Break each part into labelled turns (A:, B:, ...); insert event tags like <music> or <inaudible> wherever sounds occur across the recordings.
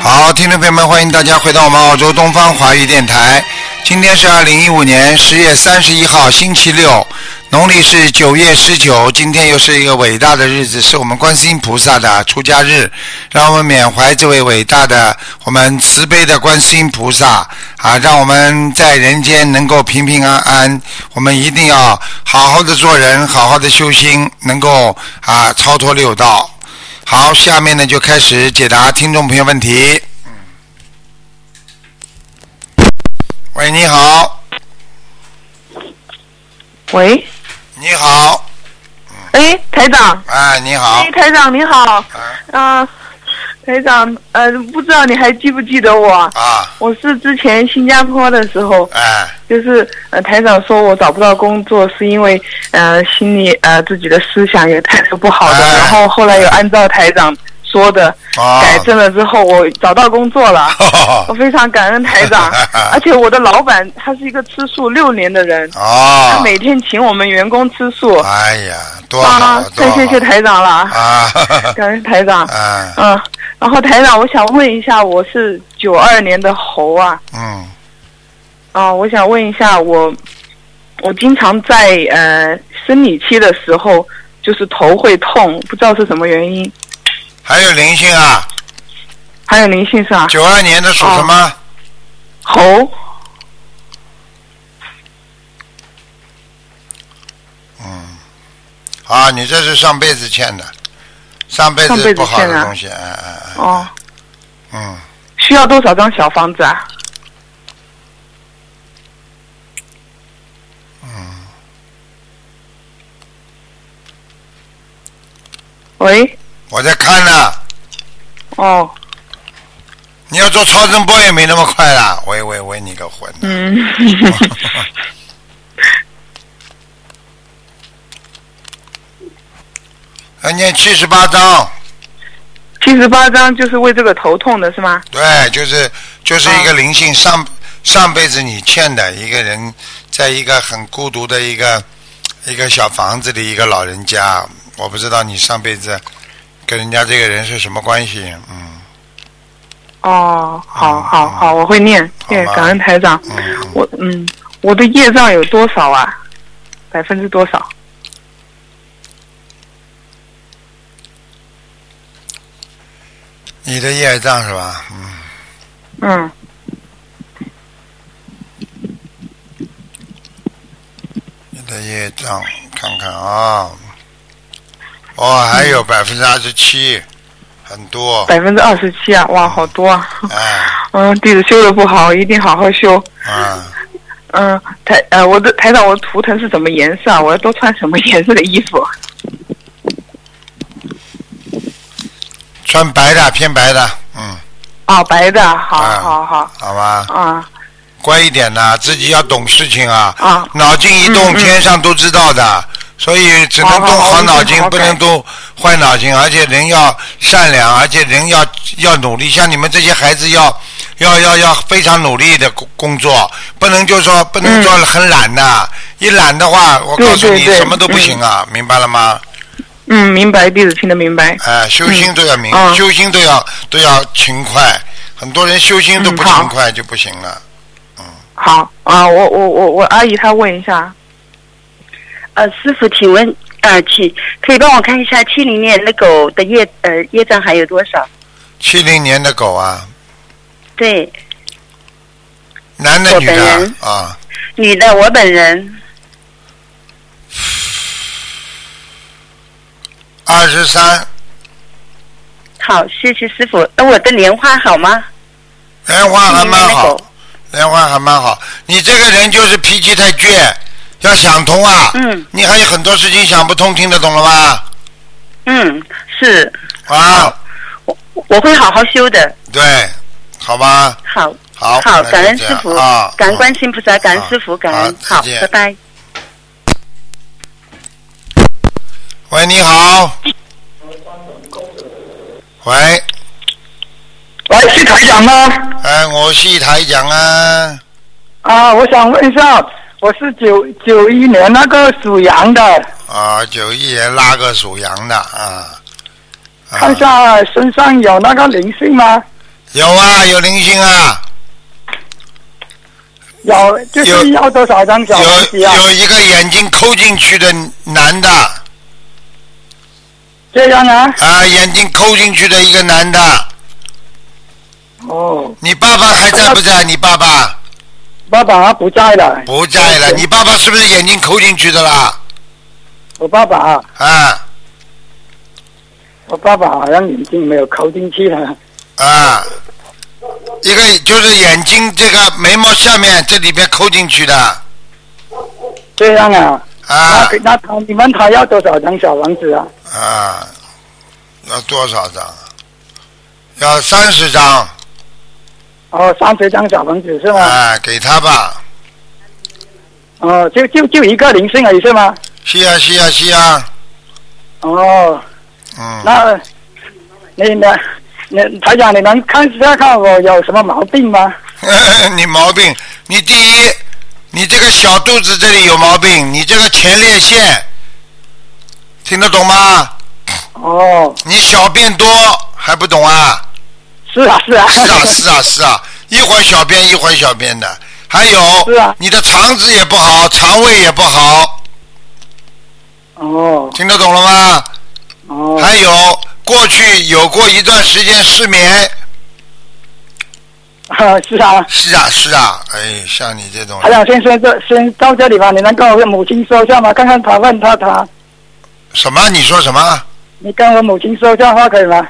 A: 好，听众朋友们，欢迎大家回到我们澳洲东方华语电台。今天是二零一五年十月三十一号，星期六，农历是九月十九。今天又是一个伟大的日子，是我们观世音菩萨的出家日。让我们缅怀这位伟大的、我们慈悲的观世音菩萨啊，让我们在人间能够平平安安。我们一定要好好的做人，好好的修心，能够啊超脱六道。好，下面呢就开始解答听众朋友问题。喂，你好，
B: 喂，
A: 你好，
B: 哎，台长，
A: 哎，你好
B: 哎，，台长你好，
A: 啊
B: 啊、台长，呃，不知道你还记不记得我？
A: 啊，
B: 我是之前新加坡的时候，
A: 哎，
B: 就是呃，台长说我找不到工作，是因为呃心里呃自己的思想也太不好的，
A: 哎
B: 然后后来有按照台长说的
A: 哦，，
B: 改正了之后，我找到工作了。我非常感恩台长而且我的老板他是一个吃素六年的人，
A: <laughs>
B: 他
A: 哦，
B: 每天请我们员工吃素，
A: 哎呀，多好
B: 啊，，
A: 多
B: 太
A: 好
B: 谢谢台长了，
A: 啊， <laughs> 哈哈哈
B: 感恩台长。
A: 啊，
B: 嗯，然后台长，我想问一下，我是九二年的猴啊，
A: 嗯，
B: 啊，我想问一下，我我经常在呃生理期的时候，就是头会痛，不知道是什么原因。
A: 还有灵性啊，
B: 还有灵性是吧？
A: 九二年的属什么？
B: 啊猴
A: 啊，你这是上辈子欠的，上辈
B: 哦上辈
A: 子
B: 子
A: 不好
B: 欠
A: 的
B: 啊
A: 东西，哎哎哎，
B: 哦，
A: 嗯，
B: 需要多少张小房子啊？
A: 嗯
B: 喂，
A: 我在看呢，
B: 哦，
A: 你要做超声波也没那么快啦，喂喂喂，你个混蛋！
B: 嗯，
A: 要呃念七十八章，
B: 七十八张就是为这个头痛的是吗？
A: 对，就是就是一个灵性，上上辈子你欠的一个人，在一个很孤独的一个一个小房子里，一个老人家，我不知道你上辈子跟人家这个人是什么关系，嗯
B: 哦，好，好，好，我会念，念，
A: 好吧
B: 感恩台长。
A: 嗯嗯，
B: 我嗯，我的业障有多少啊？百分之多少？
A: 你的业障是吧？嗯，
B: 嗯，
A: 你的业障，看看啊，哦，还有百分之二十七，很多，
B: 百分之二十七啊！哇，好多啊！ <laughs>
A: 哎
B: 嗯，弟子修的不好，一定好好修。
A: 啊。
B: 嗯，台呃，我的台长，我的图腾是什么颜色啊？我要多穿什么颜色的衣服？啊
A: 穿白的，偏白的，嗯，
B: <laughs> 哦，白的，好
A: 啊
B: 好好
A: 好吧，
B: 啊
A: 乖一点呐、自己要懂事情啊，
B: 啊！
A: 脑筋一动，
B: 嗯嗯
A: 天上都知道的，所以只能动
B: 好好好
A: 好脑筋
B: 我，一定好好
A: 不能
B: 改
A: 动坏脑筋，而且人要善良，而且人要要努力，像你们这些孩子要要要要非常努力的工工作，不能就说不能
B: 嗯
A: 说很懒呐、一懒的话，我
B: 对
A: 告诉
B: 对
A: 你
B: 对
A: 什么都不
B: 嗯
A: 行啊，明白了吗？
B: 嗯，明白，弟子听得明白。
A: 哎，修心都要明，
C: 哦
B: 嗯
A: 修心都要都要勤快，很多人修心都不
B: 嗯好
A: 勤快就不行了。
B: 好啊，我我我我阿姨她问一下，
C: 呃，师傅，请问，呃，请可以帮我看一下七零年的狗的业呃业障还有多少？
A: 七零年的狗啊，
C: 对，
A: 男的
C: 我
A: 女
C: 本
A: 的
C: 人
A: 啊？
C: 女的，我本人
A: 二十三。
C: 好，谢谢师傅。呃那我的莲花好吗？
A: 莲花还蛮
C: 七零年的
A: 好
C: 狗，
A: 莲花还蛮好。你这个人就是脾气太倔，要想通啊。
C: 嗯。
A: 你还有很多事情想不通，听得懂了吧？
C: 嗯，是，
A: 啊，
C: 我会好好修的。
A: 对，好吧，
C: 好，
A: 好。
C: 好，
A: 那就
C: 感恩
A: 这
C: 师
A: 样
C: 傅，
A: 啊，
C: 感
A: 嗯
C: 恩观世音菩萨，感恩
A: 好
C: 师傅，感恩。
A: 好
C: 好，
A: 再见
C: 拜拜。
A: 喂，你好。喂，
D: 喂，是台长吗？
A: 哎，我是台长啊。
D: 啊，我想问一下，我是九九一年那个属羊的，
A: 啊，九一年拉个属羊的啊。啊
D: 看一下身上有那个灵性吗？
A: 有啊，有灵性啊，
E: 要就
A: 有
E: 是要多少张小房
A: 有
E: 子啊？
A: 有一个眼睛抠进去的男的
E: 这样啊？
A: 啊，眼睛抠进去的一个男的，
E: 哦，
A: 你爸爸还在不在？你爸爸
E: 爸爸不在了，
A: 不在了，你爸爸是不是眼睛抠进去的啦？
E: 我爸爸啊，
A: 啊
E: 我爸爸好像眼睛没有抠进去了。
A: 啊，一个就是眼睛这个眉毛下面这里边抠进去的
E: 这样啊？
A: 啊
E: 那那他你问他要多少张小房子啊？
A: 啊，要多少张啊？要三十张
E: 哦，三十张小房子是吗？
A: 啊，给他吧。啊
E: 哦，就就就一个灵性而已是吗？
A: 是啊是啊是啊，
E: 哦，
A: 嗯，
E: 那你呢？你台长，你能看一下看我有什么毛病吗？
A: <laughs> 你毛病，你第一，你这个小肚子这里有毛病，你这个前列腺，听得懂吗？
E: 哦，
A: 你小便多还不懂啊？
E: 是啊，是啊，
A: 是
E: <laughs>
A: 啊是啊是啊，一会儿小便一会儿小便的，还有
E: 是啊
A: 你的肠子也不好，肠胃也不好，
E: 哦
A: 听得懂了吗？
E: 哦，
A: 还有过去有过一段时间失眠，
E: <laughs> 是啊。
A: 是啊是啊，哎，像你这种
E: 台
A: 人
E: 长先生，这先到这里吧。你能跟我母亲说一下吗？看看她问她她，
A: 什么？你说什么？
E: 你跟我母亲说一下话可以吗？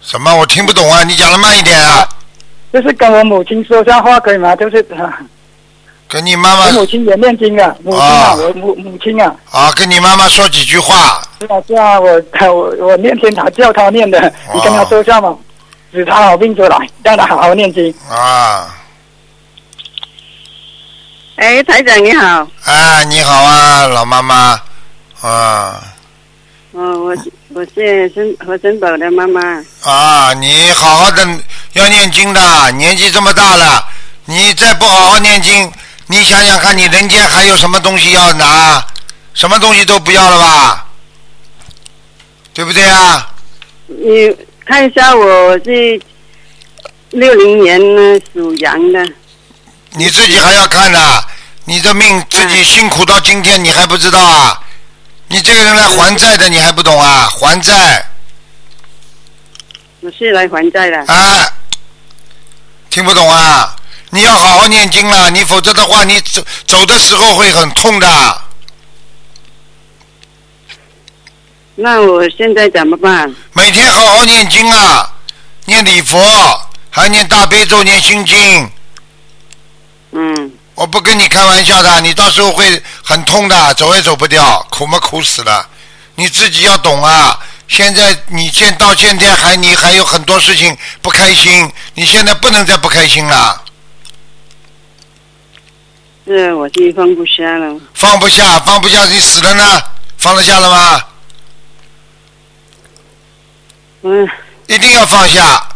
A: 什么？我听不懂啊！你讲的慢一点啊！
E: 就是跟我母亲说一下话可以吗？就是、 <laughs>
A: 跟你妈
E: 我母
A: 妈
E: 亲也念经啊，母亲啊，
A: 啊
E: 我母母亲啊，
A: 啊，跟你妈妈说几句话。
E: 是啊是啊，我我我念天堂叫她念的，你跟她说一下嘛，使她好病出来，让她好好念经。
A: 啊，
C: 哎，台长你好，
A: 哎，你好啊，老妈妈，啊
C: 嗯，我我是森何森宝的妈妈，
A: 啊，你好好的要念经的，年纪这么大了，你再不好好念经，你想想看，你人间还有什么东西要拿？什么东西都不要了吧？对不对啊？
C: 你看一下我是六零年呢属羊的，
A: 你自己还要看呐、你的命自己辛苦到今天，你还不知道啊？你这个人来还债的，你还不懂啊？还债，
C: 我是来还债的。
A: 哎，听不懂啊？你要好好念经了，你否则的话，你走走的时候会很痛的。
C: 那我现在怎么办？
A: 每天好好念经啊，念礼佛，还念大悲咒，念心经。
C: 嗯，
A: 我不跟你开玩笑的，你到时候会很痛的，走也走不掉，苦嘛苦死了。你自己要懂啊！现在你现到现在还你还有很多事情不开心，你现在不能再不开心了，
C: 是我是放不下了，
A: 放不下，放不下，你死了呢？放得下了吗？
C: 嗯，
A: 一定要放下。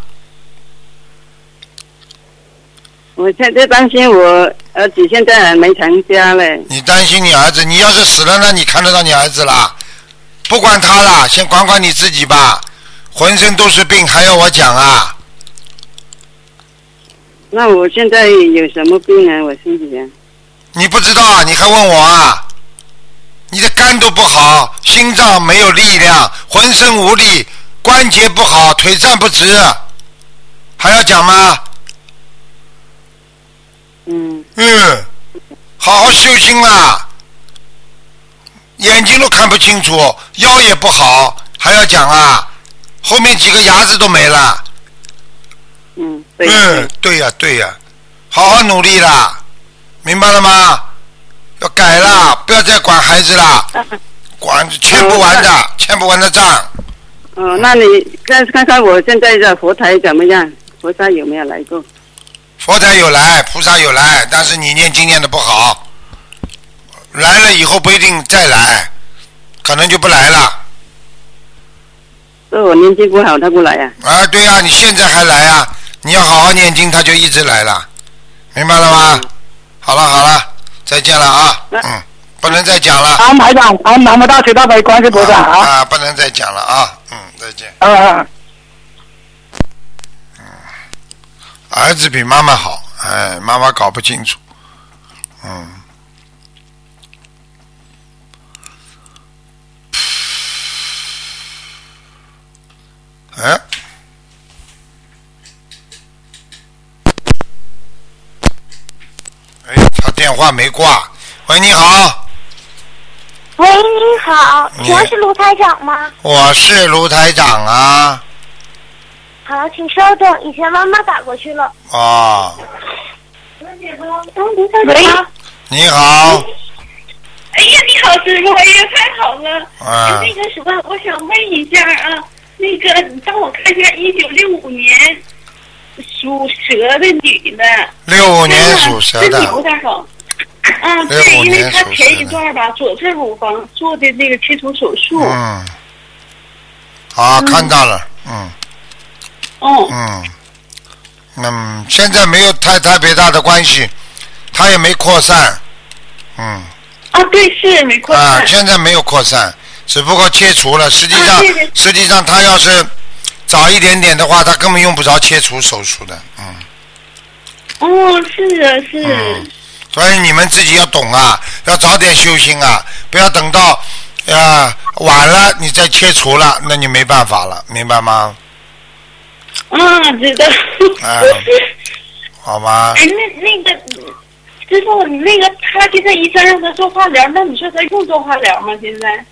C: 我现在担心我儿子现在还没成家嘞，
A: 你担心你儿子，你要是死了呢，你看得到你儿子啦？不管他啦，先管管你自己吧。浑身都是病，还要我讲啊？
C: 那我现在有什么病啊？我自己啊，
A: 你不知道啊？你还问我啊？你的肝都不好，心脏没有力量，浑身无力，关节不好，腿站不直，还要讲吗？
C: 嗯，
A: 嗯，好好修心啦。眼睛都看不清楚，腰也不好，还要讲啊？后面几个牙子都没了。
C: 嗯，对，
A: 嗯，对呀、对呀、好好努力啦，明白了吗？要改啦，不要再管孩子啦，管欠不完的，欠不完的账。
C: 哦，那你再看看我现在的佛台怎么样？佛台有没有来过？
A: 佛台有来，菩萨有来，但是你念经念的不好，来了以后不一定再来，可能就不来了。
C: 说哦我年纪不好，他不来啊。
A: 啊，对呀、你现在还来啊？你要好好念经，他就一直来了，明白了吗？好了好了，再见了啊，嗯，不能再讲了，
E: 安排长，安南无啊大慈大悲观世菩萨啊。
A: 啊，不能再讲了啊，嗯，再见。
E: 啊，
A: 儿子比妈妈好，哎，妈妈搞不清楚，嗯。哎，哎，他电话没挂。喂，你好，
F: 喂，你好，请问是卢台长吗？
A: 我是卢台长啊。
F: 好，请稍等，以前妈妈打过去了。
A: 哦，
F: 嗯，卢台
C: 喂
F: 长吗，
A: 你好，
G: 哎呀，你好，师傅！哎呀，太好了！
A: 啊
G: 那个什么，我想问一下啊，那个你帮我看一下，一九六五年属蛇的女啊的，
A: 六五年属蛇
G: 身体
A: 的
G: 不，太好。啊，
F: 嗯
G: 对，
A: 65
G: 因为她
A: 年属蛇的
G: 前一段吧，左侧乳房做的那个切除手术，
A: 嗯，好，看到了，嗯
G: 嗯，
A: 嗯，嗯，现在没有太特别大的关系，它也没扩散，嗯
G: 啊，对，是没扩
A: 啊
G: 散，，
A: 现在没有扩散，只不过切除了，实际上
G: 啊对对
A: 实际上它要是早一点点的话，它根本用不着切除手术的，嗯。
G: 哦，是啊，是啊，
A: 嗯所以你们自己要懂啊，要早点修心啊，不要等到呃晚了你再切除了，那你没办法了，明白吗？
G: 啊，知道。
A: 嗯啊好吗？
G: <laughs> 哎，那那个师傅，你那个他现在医生让他做化疗，那你说他用做化疗吗？现在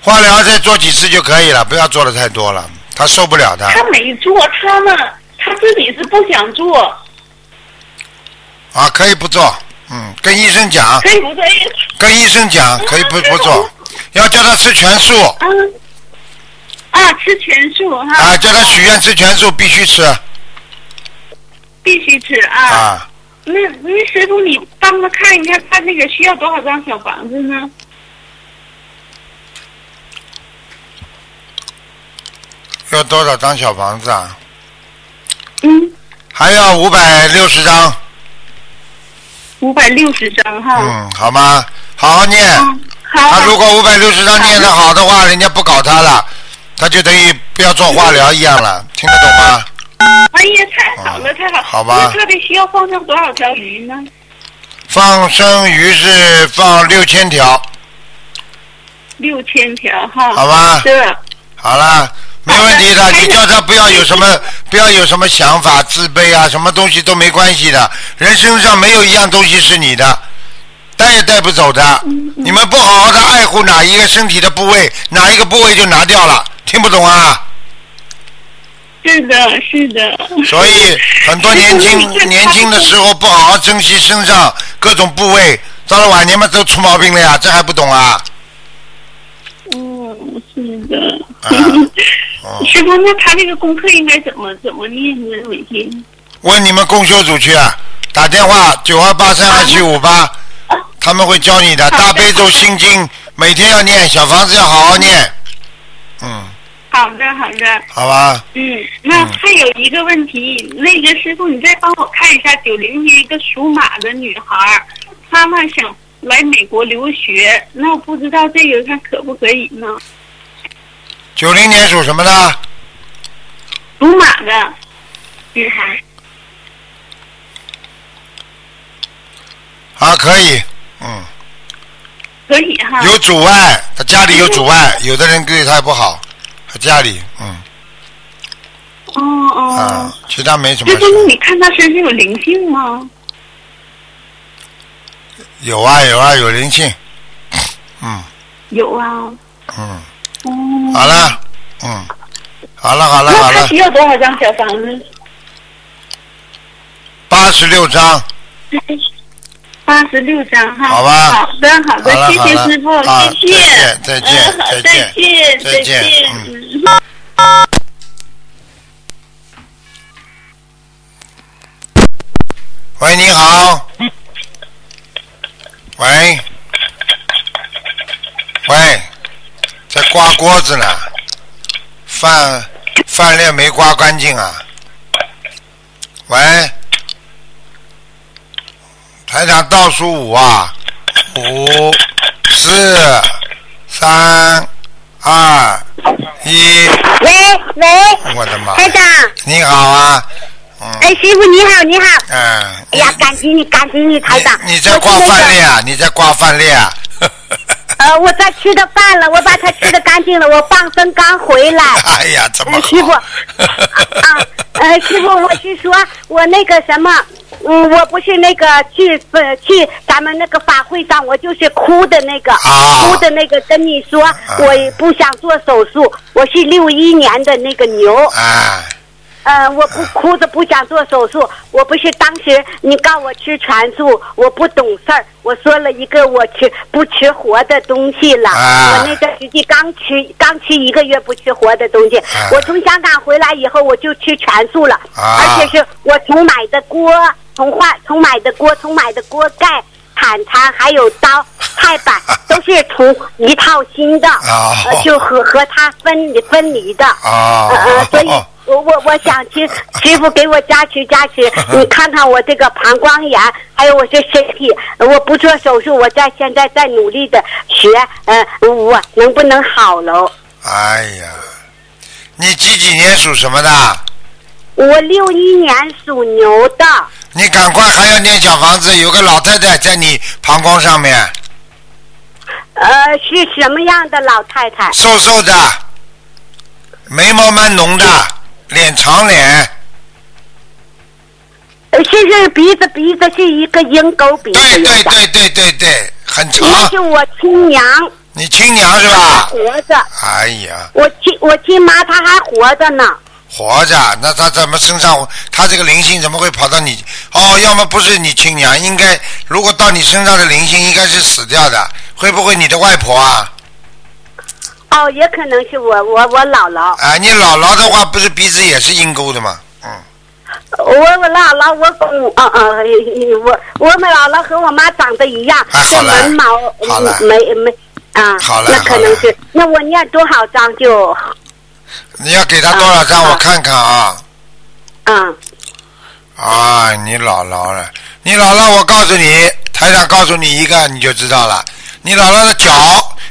A: 化疗再做几次就可以了，不要做的太多了，他受不了的。
G: 他没做，他呢他自己是不想做，
A: 啊，可以不做，嗯，跟医生讲，
G: 可以不对？
A: 跟医生讲可以不不做，要叫他吃全素
G: 啊啊，吃全素哈
A: 啊，叫他许愿吃全素，必须吃
G: 必须吃啊。
A: 啊。
G: 那那师傅，你帮他看一看，他那个需要多少张小房子呢？
A: 要多少张小房子啊？
G: 嗯，
A: 还要五百六十张。
G: 五百六十张哈。
A: 嗯，好吗？好好念。
G: 嗯，
A: 他如
G: 好，
A: 果五百六十张念得好的话，人家不搞他了，他就等于不要做化疗一样了，听得懂吗？
G: 哎呀，太好了，
A: 嗯
G: 太好了。
A: 好吧
G: 那他得需要放上多少条鱼呢？
A: 放生鱼是放六千条，
G: 六千条哈。
A: 好吧？
G: 是吧。
A: 好了，没问题的。你叫他不要有什么，不要有什么想法、自卑啊，什么东西都没关系的。人身上没有一样东西是你的，带也带不走的。你们不好好的爱护哪一个身体的部位，哪一个部位就拿掉了，听不懂啊？
G: 是的，是的。
A: 所以很多年 <laughs> 轻年轻的时候不好好珍惜身上各种部位，到了晚年嘛都出毛病了呀，这还不懂啊？
G: 嗯，是的。
A: 啊哦
G: <laughs> 师傅，那他这个功课应该怎么怎么念呢？每天？
A: 问你们供修组去啊，打电话九二八三二七五八，他们会教你的。大悲咒心经每天要念，小房子要好好念。嗯，
G: 好的，好的。
A: 好吧，
G: 嗯，那还有一个问题，那个师傅，你再帮我看一下九零年一个属马的女孩儿，她呢想来美国留学，那我不知道这个看可不可以呢？
A: 九零年属什么的？
G: 属马的女孩，
A: 啊，可以，嗯，
G: 可以哈？
A: 有阻碍，他家里有阻碍，有的人对他不好，他家里，嗯
G: 哦哦。
A: 啊，其他没什么
G: 师
A: 事
G: 傅，。那你看她身上有灵性吗？
A: 有啊有啊有灵性，嗯
G: 有啊。
A: 嗯，
G: 哦。
A: 好了，嗯，好了好了啊好
G: 那她
A: 了
G: 需，要多少张小房子？
A: 八十六章，
G: 八十六张哈。
A: 好吧
G: 好的，好
A: 好了
G: 的，谢谢
A: 好了
G: 师傅，
A: 啊
G: 谢谢，
A: 再见
G: 嗯好
A: 再
G: 再
A: 见
G: 见，
A: 再见
G: 见。
A: 喂你好，喂，喂，在刮锅子呢，饭饭粒没刮干净啊，喂，台长倒数五啊，五四三二一。
F: 喂喂，
A: 我的妈！
F: 台长，
A: 你好啊，嗯，
F: 哎，师傅你好，你好。
A: 嗯，
F: 哎呀，感激你，感激你，台长。
A: 你你在挂饭
F: 我是
A: 店啊？你在挂饭店啊？ <laughs>
F: 那个呃，我在吃的饭了，我把它吃的干净了，我放风刚
A: <laughs>
F: 回来。
A: 哎呀，怎么
F: 呃，
A: 好
F: 师傅，啊，呃，师
A: <laughs>
F: 傅，我是说，我那个什么，嗯，我不是那个去呃去咱们那个法会上，我就是哭的那个，
A: 啊嗯
F: 哭的那个，跟你说，我不想做手术，我是六一年的那个牛，
A: 啊，
F: 呃，我不哭着不想做手术，我不是当时你告我吃全素，我不懂事儿，我说了一个我吃不吃活的东西了，
A: 啊
F: 我那段时间刚吃刚吃一个月不吃活的东西，
A: 啊
F: 我从香港回来以后我就吃全素了，
A: 啊
F: 而且是我从买的锅，从换从买的锅，从买的锅盖、铲铲还有刀、菜
A: <laughs>
F: 板都是从一套新的，
A: 哦
F: 呃、就和和它分离分离的。
A: 哦
F: 呃，所以我我我
A: <laughs>
F: 想请师傅给我加持加持，你看看我这个膀胱炎，还有我这身体，我不做手术，我在现在在努力的学，呃，我能不能好喽？
A: 哎呀，你几几年属什么的？
F: 我六一年属牛的，
A: 你赶快还要念小房子，有个老太太在你膀胱上面，
F: 呃，是什么样的老太太？
A: 瘦瘦的，眉毛蛮浓的，脸长脸，
F: 呃，是是鼻子鼻子是一个鹰钩鼻子
A: 对
F: 那
A: 对
F: 个，
A: 对对对对，啊很长
F: 那。是我亲娘，
A: 你亲娘是
F: 她还
A: 吧？
F: 活着，
A: 哎呀，
F: 我亲我亲妈她还活着呢。
A: 活着，那他怎么身上他这个灵性怎么会跑到你？哦，要么不是你亲娘，应该如果到你身上的灵性应该是死掉的，会不会你的外婆啊？
F: 哦，也可能是我我我姥姥。
A: 啊，你姥姥的话不是鼻子也是阴沟的吗？嗯，
F: 我我姥姥，我姑，嗯嗯，我我们姥姥和我妈长得一样，
A: 哎
F: 这
A: 好了
F: 门毛
A: 好了
F: 嗯没没啊，
A: 好了
F: 那可能
A: 好
F: 是那我念多少张就
A: 你要给他多少张？
F: 啊
A: 我看看啊。
F: 嗯
A: 啊，你姥姥了，你姥姥，我告诉你，台长告诉你一个，你就知道了。你姥姥的脚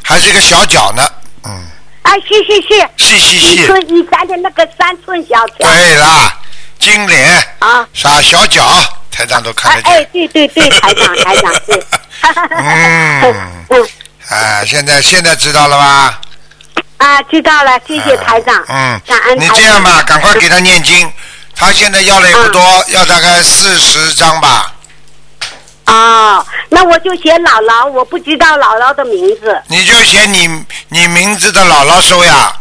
A: 还是一个小脚呢，嗯，
F: 啊是是是，
A: 细细
F: 一
A: 细。
F: 寸以前的那个三寸小条
A: 对啦，金脸
F: 啊
A: 傻小脚，台长都看
F: 哎
A: 得见。
F: 哎对对对，
A: <laughs>
F: 台长台长对，
A: 嗯
F: <laughs> 嗯
A: 啊，现在现在知道了吧？
F: 啊知道了，谢谢台长，
A: 嗯
F: 感恩，嗯
A: 你
F: 台
A: 这样
F: 长
A: 吧，赶快给他念经。他现在要的也不多，要大概四十张吧。
F: 哦，那我就写姥姥，我不知道姥姥的名字。
A: 你就写你你名字的姥姥收呀。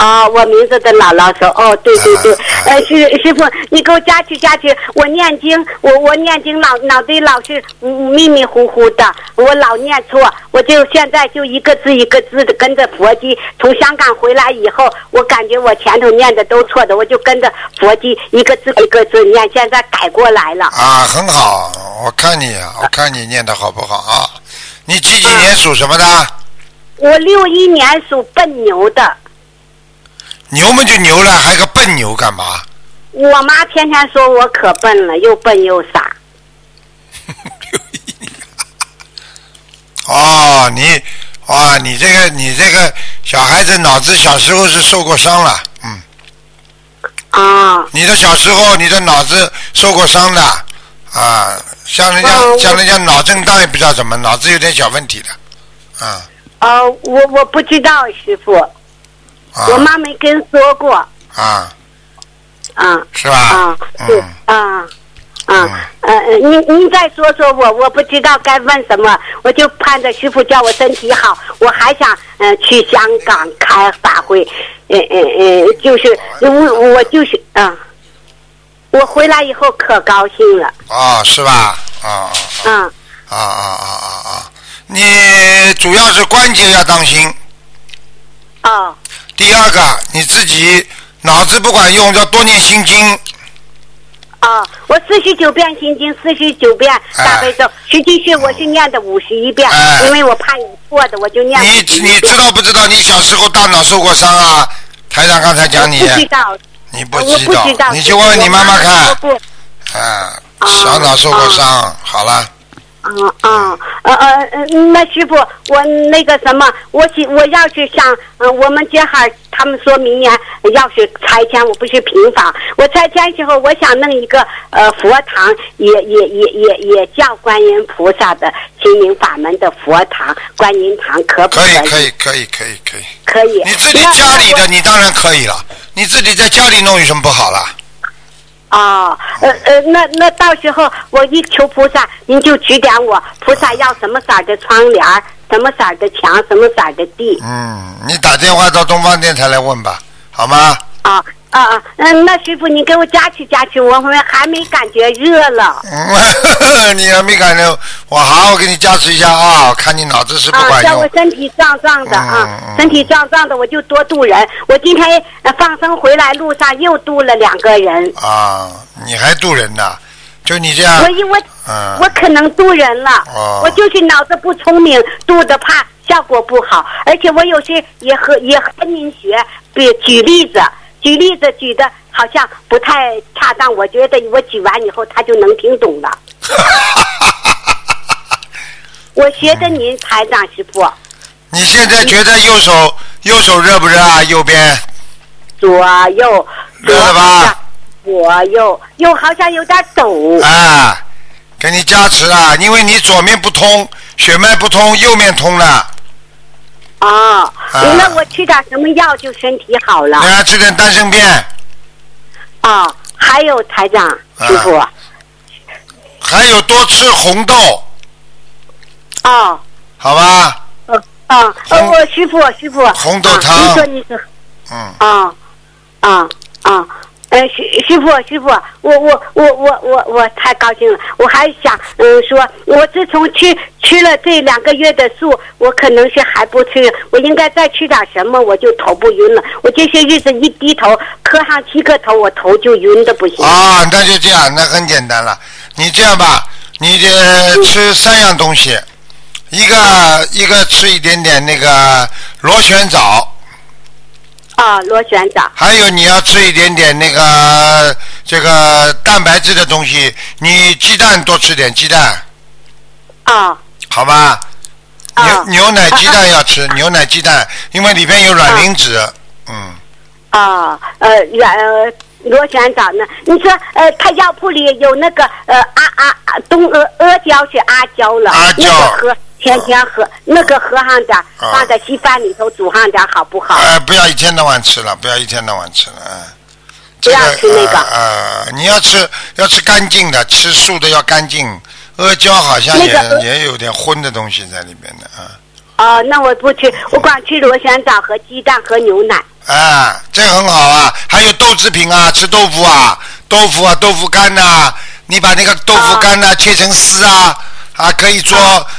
F: 哦，我名字的姥姥说，哦，对对对，呃，师师傅，你给我加去加去，我念经，我我念经老脑袋老是嗯迷迷糊糊的，我老念错，我就现在就一个字一个字的跟着佛经。从香港回来以后，我感觉我前头念的都错的，我就跟着佛经一个字一个字念，现在改过来了。
A: 啊，很好，我看你，我看你念的好不好啊？你几
F: 嗯
A: 几年属什么的？
F: 我六一年属笨牛的，
A: 牛嘛就牛了，还有个笨牛干嘛？
F: 我妈天天说我可笨了，又笨又傻。
A: 哦，你，哇，你这个你这个小孩子脑子小时候是受过伤了，嗯，
F: 啊、
A: 你的小时候你的脑子受过伤的，啊，像人家、
F: 嗯
A: 像人家脑震荡也不知道怎么，脑子有点小问题的，啊
F: 呃，我我不知道，师傅，
A: 啊
F: 我妈没跟说过，
A: 啊，
F: 啊
A: 是吧
F: 啊？，对
A: 嗯，，
F: 啊啊，呃，你你再说说我，我不知道该问什么，我就盼着师傅叫我身体好，我还想嗯、呃去香港开法会，嗯嗯嗯，就是
A: 哦
F: 我我就是啊，我回来以后可高兴了，
A: 哦，是吧？啊
F: 啊
A: 啊啊啊啊啊！你主要是关节要当心，
F: 哦
A: 第二个你自己脑子不管用，要多念心经。
F: 哦，我四十九遍心经，四十九遍大悲咒，实际是我是念的五十一遍，
A: 哦哎
F: 因为我怕有错的，我就念
A: 你
F: 51
A: 你
F: 遍
A: 知道不知道？你小时候大脑受过伤啊？台长刚才讲你啊
F: 我，不知道，
A: 你不
F: 我
A: 知
F: 不
A: 道
F: 知道，
A: 你去问问你妈妈看
F: 我不
A: 啊，
F: 啊
A: 小脑受过伤，好了，
F: 啊啊呃呃呃，那师傅，我那个什么，我想我要是想，嗯、我们这哈儿他们说明年要是拆迁，我不是平房，我拆迁时候我想弄一个呃佛堂，也也也也也叫观音菩萨的心灵法门的佛堂、观音堂，可不
A: 可以可以
F: 可
A: 可以可以可以，
F: 可以。
A: 你自己
F: 那
A: 家里
F: 我
A: 的你当然可以了，你自己在家里弄有什么不好啦？
F: 哦，呃呃，那那到时候我一求菩萨，您就指点我，菩萨要什么色儿的窗帘儿，什么色儿的墙，什么色儿的地。
A: 嗯，你打电话到东方电台来问吧，好吗？ <laughs>
F: 啊啊啊！嗯，那师傅，你给我加持加持，我们还没感觉热了。
A: 嗯，你还没感觉，我好好给你加持一下啊！看你脑子是不
F: 啊，
A: 管
F: 叫
A: 用
F: 我，身体壮壮的啊，
A: 嗯嗯
F: 身体壮壮的，我就多度人。我今天呃放生回来路上又度了两个人，
A: 啊，你还渡人呢？就你这样
F: 我，一我、
A: 嗯
F: 我可能度人了，
A: 啊哦
F: 我就是脑子不聪明，度的怕效果不好，而且我有时也和也和您学，比举例子，举例子举的好像不太恰当，我觉得我举完以后他就能听
A: <laughs>
F: 懂了。我学着您台长师傅，
A: 你现在觉得右手右手热不热啊？右边
F: 左右左
A: 热了吧？
F: 左右又好像有点抖，
A: 啊，给你加持啊，因为你左面不通，血脉不通，右面通了，
F: 啊，
A: 啊
F: 那我吃点什么药就身体好了
A: 你。还吃点丹参片，
F: 啊、还有台长
A: 啊
F: 师傅，啊
A: 还有多吃红豆，
F: 哦，
A: 好吧？
F: 呃，啊，
A: 红
F: 呃，我师傅师傅，
A: 红豆
F: 啊
A: 汤
F: 您说你说，
A: 嗯，
F: 啊，啊啊，呃，师师傅师傅，我我我我我我太高兴了，我还想嗯说，我自从吃吃了这两个月的素，我可能是还不吃，我应该再吃点什么，我就头不晕了。我这些日子一低头磕上七个头，我头就晕的不行。
A: 啊，那就这样，那很简单了。你这样吧，你这吃三样东西，一个一个吃一点点那个螺旋藻，
F: 啊，螺旋藻，
A: 还有你要吃一点点那个这个蛋白质的东西，你鸡蛋多吃点鸡蛋，
F: 啊
A: 好吧？
F: 啊
A: 牛牛奶鸡蛋要吃，牛奶鸡蛋，因为里边有卵磷脂。嗯，
F: 啊，呃，然呃螺旋藻呢？你说，呃，他药铺里有那个呃阿阿阿东阿阿胶是阿胶了，
A: 阿胶
F: 那个喝天天喝，那个喝上点儿，
A: 啊
F: 放在稀饭里头煮上点儿，好不好？
A: 呃，不要一天到晚吃了，不要一天到晚吃了，嗯。
F: 不要吃那个
A: 呃，呃你要吃要吃干净的，吃素的要干净。阿胶好像
F: 那
A: 也、
F: 个呃
A: 也有点荤的东西在里边的啊
F: 哦，那我不吃，我光吃螺旋藻和鸡蛋和牛奶。
A: 啊，这个很好啊。还有豆制品啊，吃豆腐啊，豆腐啊，豆腐干呐、你把那个豆腐干
F: 啊
A: 呐、切成丝啊，啊，可以做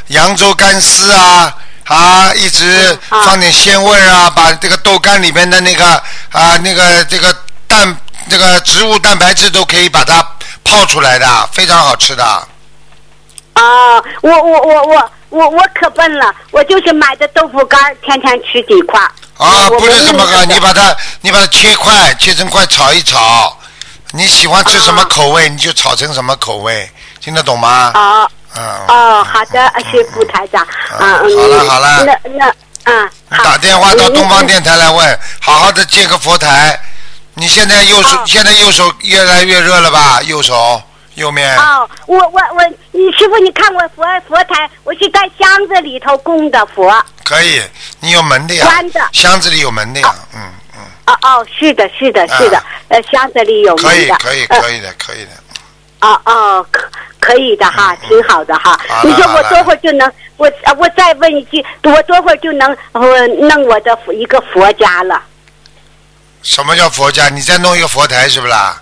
A: 扬州干丝啊。啊，一直
F: 嗯啊
A: 放点鲜味儿啊，把这个豆干里面的那个啊，那个这个蛋，这个植物蛋白质都可以把它泡出来的，啊非常好吃的。
F: 哦，我我我我我我可笨了，我就是买的豆腐干儿，天天吃几块儿。
A: 啊，
F: 我
A: 不是这么
F: 我
A: 个，
F: 不
A: 你把它你把它切块，切成块炒一炒。你喜欢吃什么
F: 啊
A: 口味，你就炒成什么口味，听得懂吗？
F: 哦。
A: 嗯。
F: 哦，好的，师傅台长，啊，嗯，
A: 好了好了
F: 那那，嗯，
A: 你
F: 好
A: 打电话到东方，电台来问，好好的建个佛台。你现在右手
F: 哦
A: 现在右手越来越热了吧？右手右面
F: 嗯。哦，我我我，你师傅，你看我佛佛台，我是在箱子里头供的佛，
A: 可以，你有门的呀
F: 关的，
A: 箱子里有门的呀，嗯嗯，
F: 哦哦，是的，是的，
A: 啊
F: 是的，呃，箱子里有
A: 可
F: 名
A: 以
F: 的，
A: 可以
F: 呃
A: 可以的，可以的。
F: 哦哦，可可以的哈，挺好的哈
A: 嗯好。了
F: 你说
A: 好
F: 我
A: 了
F: 多会儿就能，我啊我再问一句，我多会儿就能呃弄我的一个佛家了。
A: 什么叫佛家？你再弄一个佛台是不啦？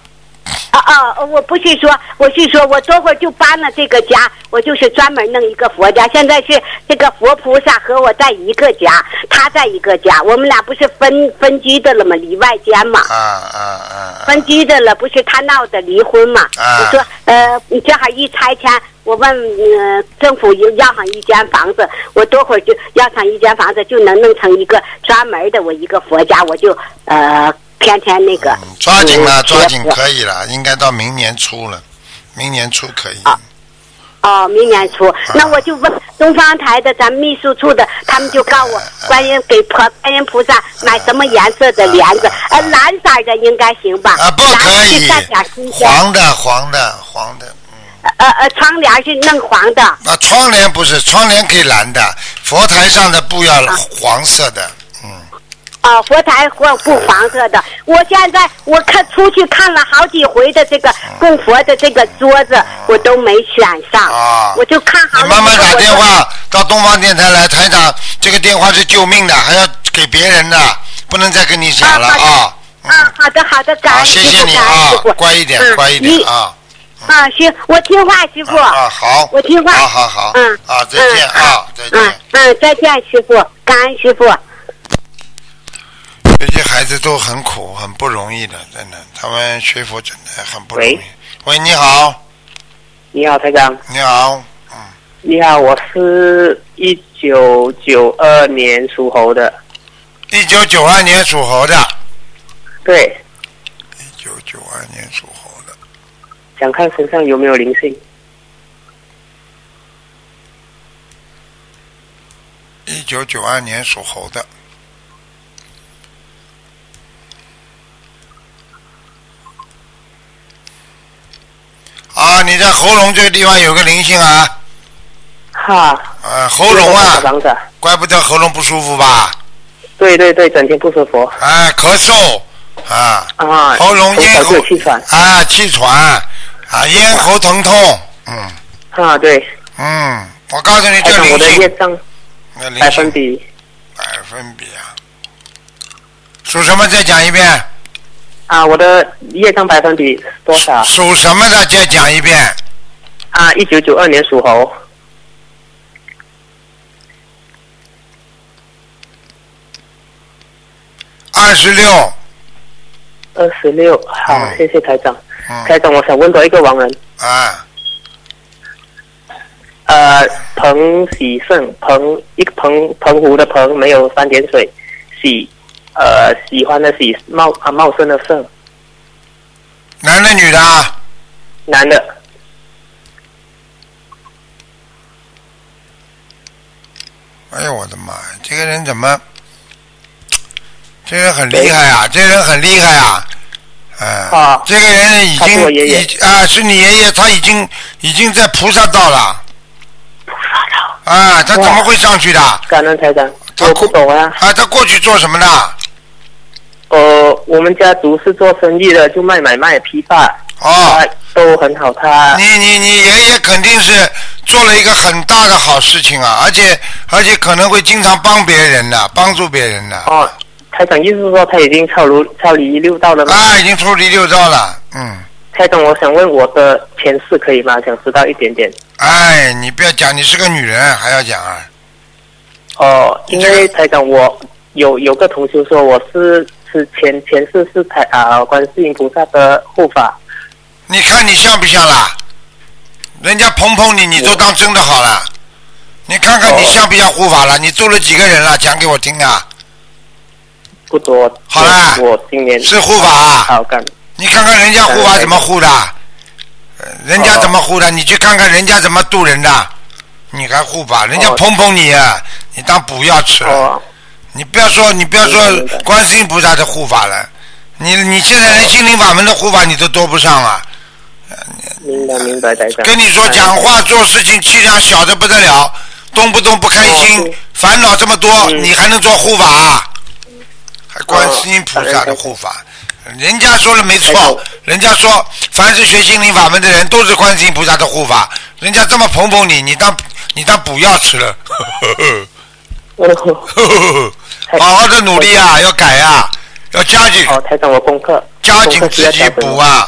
F: 啊啊！我不是说，我是说，我多会儿就搬了这个家，我就是专门弄一个佛家。现在是这个佛菩萨和我在一个家，他在一个家，我们俩不是分分居的了吗？里外间嘛，
A: 啊啊啊！啊
F: 分居的了，不是他闹的离婚嘛？
A: 啊
F: 你说，呃，你正好一拆迁，我问，呃，政府又要上一间房子，我多会儿就要上一间房子，就能弄成一个专门的我一个佛家，我就呃天天那个、
A: 嗯抓紧了，
F: 嗯
A: 抓紧
F: 学佛
A: 可以了，应该到明年初了，明年初可以。
F: 啊哦，明年初。那我就问东方台的咱们秘书
A: <laughs>
F: 处的，他们就告我观音给菩观音菩萨买什么颜色的帘
A: <laughs>
F: 子？呃，蓝色的应该行吧？
A: 啊，不可
F: 蓝
A: 以
F: 色带点新，鲜。
A: 黄的黄的黄的，
F: 呃呃，窗帘是弄黄的。
A: 啊，窗帘不是窗帘可以蓝的，佛台上的布要黄色的，嗯，
F: 啊，佛台或不黄色的。我现在我看出去看了好几回的
A: 啊
F: 这个供佛的这个桌子，我都没选上。
A: 啊
F: 我就看
A: 你
F: 好了。
A: 慢慢打电
F: 我就。
A: 话到东方电台来，台长，这个电话是救命的，还要给别人的，不能再跟你讲了啊。
F: 啊，好的好的，感
A: 好，
F: 恩
A: 谢
F: 师
A: 谢
F: 傅，
A: 你
F: 感恩
A: 啊
F: 师傅，，
A: 乖一点，
F: 嗯
A: 乖一点
F: 你
A: 啊。
F: 啊，行，我听话，师傅。
A: 啊啊好
F: 我听话。
A: 好好好
F: 嗯。
A: 啊再见
F: 嗯
A: 啊
F: 好
A: 再见
F: 嗯嗯，再见，师傅，感恩师傅。
A: 这些孩子都很苦，很不容易的，真的，他们学佛真的很不容易
H: 喂。
A: 喂，你好，
H: 你好，台长。
A: 你好，
H: 你好，我是一九九二年属猴的。
A: 一九九二年属猴的，
H: 对，
A: 一九九二年属猴的，
H: 想看身上有没有灵性。
A: 一九九二年属猴的。啊，你的喉咙这个地方有个灵性啊，
H: 哈，
A: 呃，喉咙啊
H: 小，房子。
A: 怪不得喉咙不舒服吧？
H: 对对对，整天不舒服
A: 哎，咳嗽啊，
H: 啊，
A: 喉咙
H: 从
A: 咽
H: 小
A: 喉
H: 就有气喘
A: 啊，气喘啊，咽喉疼痛，嗯
H: 啊，对，
A: 嗯，我告诉你，
H: 台
A: 这
H: 长我
A: 灵
H: 的业
A: 性，
H: 障
A: 那灵
H: 百分
A: 性
H: 比
A: 百分比啊，属什么？再讲一遍，
H: 啊，我的业障百分比多少
A: 属什么的？再讲一遍，
H: 啊？一九九二年属猴，
A: 二十六，
H: 二十六。好，
A: 嗯
H: 谢谢台长。
A: 嗯
H: 台长，我想问多一个亡人，
A: 啊，
H: 呃，彭喜胜，彭一个彭澎湖的彭，没有三点水，喜，呃，喜欢的喜，茂啊茂盛的盛，
A: 男的女的啊？
H: 男的，
A: 哎呦我的妈呀，这个人怎么？这个人很厉害啊！这个人很厉害啊！嗯、
H: 啊
A: 这个人已
H: 他是
A: 经
H: 我爷爷
A: 已啊，是你爷爷，他已经已经在菩萨道了。菩萨道。啊，他怎么会上去的？
H: 感恩台长，
A: 他
H: 我
A: 过
H: 不懂啊，
A: 啊，他过去做什么的？
H: 呃，我们家族是做生意的，就卖买卖批发，
A: 哦
H: 啊，，都很好，他
A: 你你你爷爷肯定是做了一个很大的好事情啊，而且而且可能会经常帮别人的，帮助别人的。
H: 哦，台长意思是说他已经超如超离六道了吗？
A: 啊，已经出离六道了，嗯。
H: 台长，我想问我的前世可以吗？想知道一点点。
A: 哎，你不要讲，你是个女人，还要讲啊？
H: 哦，因为台长，我有有个同修说我是是前前世是台啊、观世音菩萨的护法，
A: 你看你像不像啦？人家捧捧你，你都当真的好了。你看看你像不像护法了？你做了几个人了？讲给我听啊！
H: 不多。
A: 好啦
H: 我我今年
A: 是护法啊？
H: 好干，
A: 你看看人家护法怎么护的，呃人家怎么护的？你去看看人家怎么渡人的。你还护法？人家
H: 哦
A: 捧捧你啊，你当补药吃了。
H: 哦
A: 你不要说，你不要
H: 明白
A: 说
H: 明白
A: 观世音菩萨的护法了，你你现在连心灵法门的护法你都多不上啊！
H: 明白明白，台长。
A: 跟你说，
H: 哎
A: 讲话做事情气量小的不得了，动不动不开
H: 哦
A: 心
H: 对，
A: 烦恼这么多，
H: 嗯
A: 你还能做护法啊？还观世音菩萨
H: 感
A: 的
H: 恩
A: 护法，人家说了没
H: 感
A: 错
H: 恩，
A: 人家说凡是学心灵法门的人都是观世音菩萨的护法，人家这么捧捧你，你当你当补药吃
H: <laughs>
A: 了。
H: <laughs> 哦，
A: 好好的努力啊，要改啊，要加紧
H: 哦，台长，我功课
A: 加紧
H: 功课
A: 自
H: 需要
A: 己
H: 加紧
A: 补啊，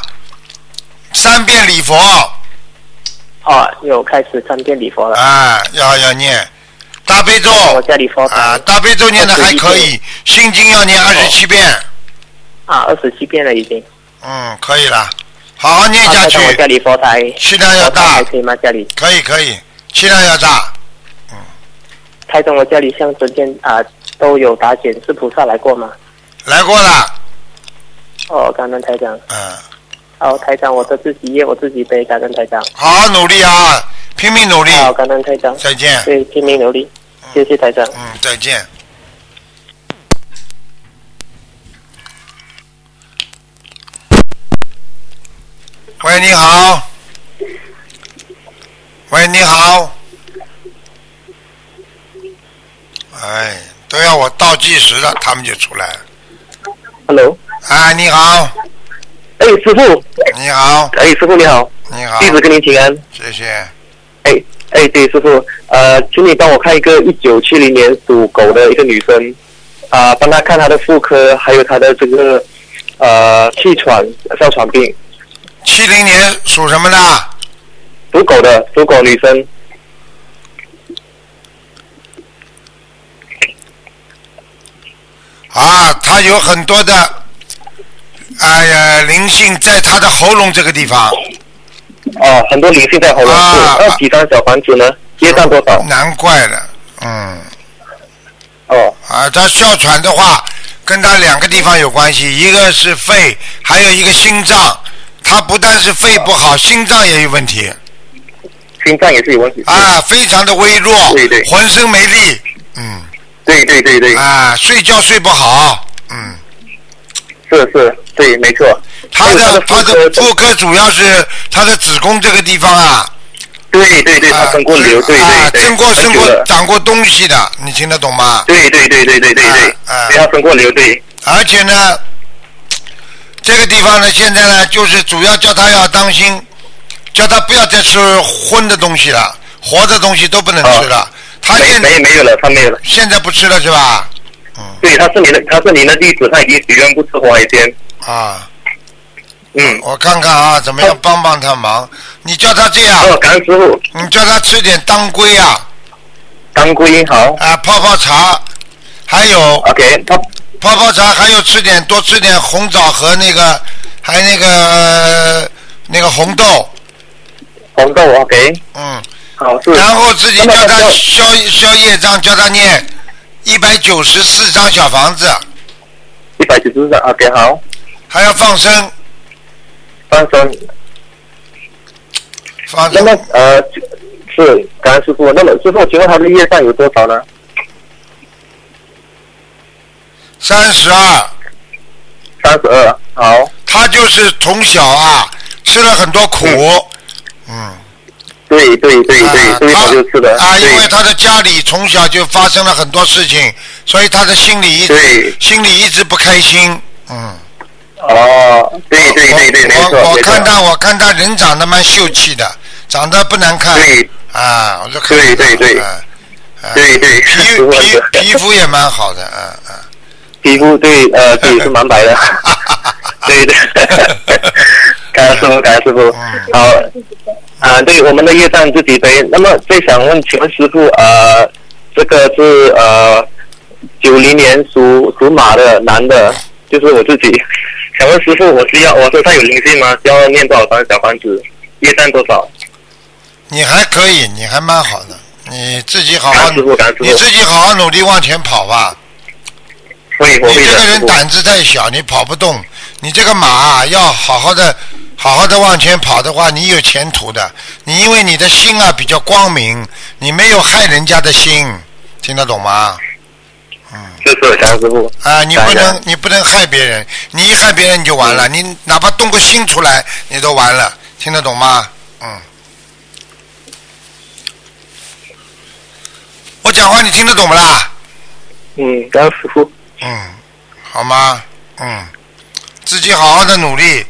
A: 三遍礼佛
H: 哦，有开始三遍礼佛了。
A: 啊，要要念大悲咒
H: 我家里佛牌
A: 啊，大悲咒念的还可以，心经要念二十七遍，
H: 啊，二十七遍了已经。
A: 嗯，可以了，好好念
H: 啊，
A: 下
H: 台
A: 去
H: 长，，我家里佛台，
A: 气量要
H: 佛台
A: 大
H: 还，可以吗？家里，
A: 可以可以，气量要大，
H: 台长，我家里像昨天啊都有打检，是菩萨来过吗？
A: 来过了，
H: 哦，感恩台长。
A: 嗯，
H: 哦，台长，我的自己业我自己背，感恩台长。
A: 好好努力啊，拼命努力，
H: 好，感恩台长，
A: 再见。
H: 对，拼命努力，谢谢台长。
A: 嗯，再见。喂，你好。喂，你好。哎，都要我倒计时了，他们就出来了。
H: Hello，
A: 哎，你好，
H: 哎，师傅，
A: 你好，
H: 哎，师傅你好，
A: 你好，
H: 弟子跟您请安。
A: 谢谢。
H: 哎哎，对，师傅，呃，请你帮我看一个一九七零年属狗的一个女生，啊、帮她看她的妇科，还有她的这个呃气喘、哮喘病，
A: 七零年属什么的？
H: 属狗的属狗女生，
A: 啊，她有很多的，哎呀，灵性在她的喉咙这个地方，
H: 哦、很多灵性在喉咙
A: 啊
H: 处，
A: 啊
H: 那几张小房子呢？接上多少？
A: 难怪了。嗯，
H: 哦
A: 啊，她哮喘的话，跟她两个地方有关系，一个是肺，还有一个心脏。她不但是肺不
H: 啊
A: 好，心脏也有问题
H: 心脏也是有问题。
A: 啊，非常的微弱，
H: 对对
A: 浑身没力，嗯，
H: 对对对对，
A: 啊，睡觉睡不好，嗯。
H: 是是，对，没错。
A: 他
H: 还有
A: 的他
H: 她的妇
A: 的
H: 科
A: 妇科主要是他的子宫这个地方啊，
H: 对对对，她
A: 啊
H: 生过瘤，对
A: 啊，
H: 对对，
A: 生过
H: 很
A: 生
H: 久
A: 过
H: 了
A: 长过东西的，你听得懂吗？
H: 对对对对对对对，对
A: 啊啊
H: 她生过瘤，对，
A: 而且呢，这个地方呢，现在呢，就是主要叫他要当心，叫他不要再吃荤的东西了，活的东西都不能吃了。他
H: 没
A: 现
H: 哦
A: 哦
H: 没没有了，她没有了。
A: 现在不吃了是吧？
H: 对，他是你的，他是你的弟子，他已经许愿不吃活海鲜。
A: 啊，
H: 嗯，
A: 我看看啊，怎么样帮帮他忙？你叫他这样，
H: 哦，感恩师傅，
A: 你叫他吃点当归啊，
H: 当归好。
A: 啊，泡泡茶，还有
H: OK，他
A: 泡泡茶，还有吃点多吃点红枣和那个，还那个、呃那个红豆，
H: 红豆 OK，
A: 嗯，
H: 好是。
A: 然后自己
H: 那
A: 叫
H: 么
A: 他
H: 要
A: 消消业障，叫他念一百九十四张小房子，
H: 一百九十三 OK 好，
A: 还要放生，
H: 放生。
A: 放
H: 那
A: 生
H: 么呃，是感恩师傅。那么师傅，请问他的业障有多少呢？
A: 三十二。
H: 三十二。好，
A: 他就是从小啊吃了很多苦，嗯，
H: 对对对对，
A: 啊
H: 这一
A: 他
H: 早就吃的。
A: 啊，因为
H: 对
A: 他的家里从小就发生了很多事情，所以他的心里一直
H: 对
A: 心里一直不开心，嗯。
H: 哦，对对对对，没
A: 我
H: 错
A: 我
H: 没
A: 我看
H: 错。
A: 他，我看他人长得蛮秀气的，长得不难看。
H: 对
A: 啊，我就看
H: 对对
A: 到了
H: 对
A: 啊啊
H: 对对，
A: 皮
H: <laughs> 师傅
A: 皮
H: 很
A: 皮肤也蛮好的，嗯嗯。
H: 皮肤对呃对是
A: <laughs>
H: 蛮白的， <laughs> 对 <laughs> 的。感恩师傅，感恩师傅。
A: 嗯
H: 好，啊、对我们的业障自己背。那么最想问，请问师傅，呃，这个是呃九零年属属马的男的，就是我自己。想问师傅，我需要我说他有灵性吗？需要念多少张小房子？业障多少？
A: 你还可以，你还蛮好的，你自己好好
H: 啊感恩师傅感恩师傅
A: 你自己好好努力往前跑吧。
H: 会，我
A: 你
H: 会的。
A: 这个
H: 师
A: 人
H: 傅
A: 胆子太小，你跑不动。你这个马啊要好好的、好好的往前跑的话，你有前途的。你因为你的心啊比较光明，你没有害人家的心，听得懂吗？
H: 是是，感恩师傅。
A: 啊，你不
H: 感恩
A: 能你不能害别人，你一害别人你就完了，你哪怕动个心出来，你都完了，听得懂吗？嗯。我讲话你听得懂不啦？
H: 嗯，感恩师傅。
A: 嗯，好吗？嗯，自己好好的努力，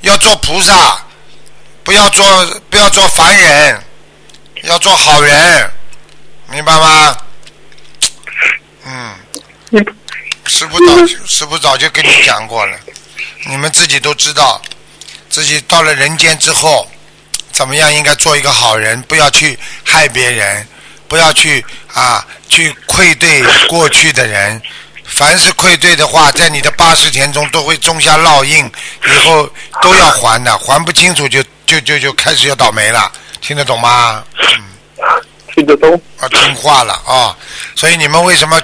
A: 要做菩萨，不要做不要做凡人，要做好人，明白吗？嗯，师傅早师傅早就跟你讲过了，你们自己都知道，自己到了人间之后，怎么样应该做一个好人，不要去害别人，不要去啊去愧对过去的人。凡是愧对的话，在你的八十天中都会种下烙印，以后都要还的，还不清楚就就就就开始要倒霉了，听得懂吗？
H: 听得懂。
A: 啊，听话了啊，所以你们为什么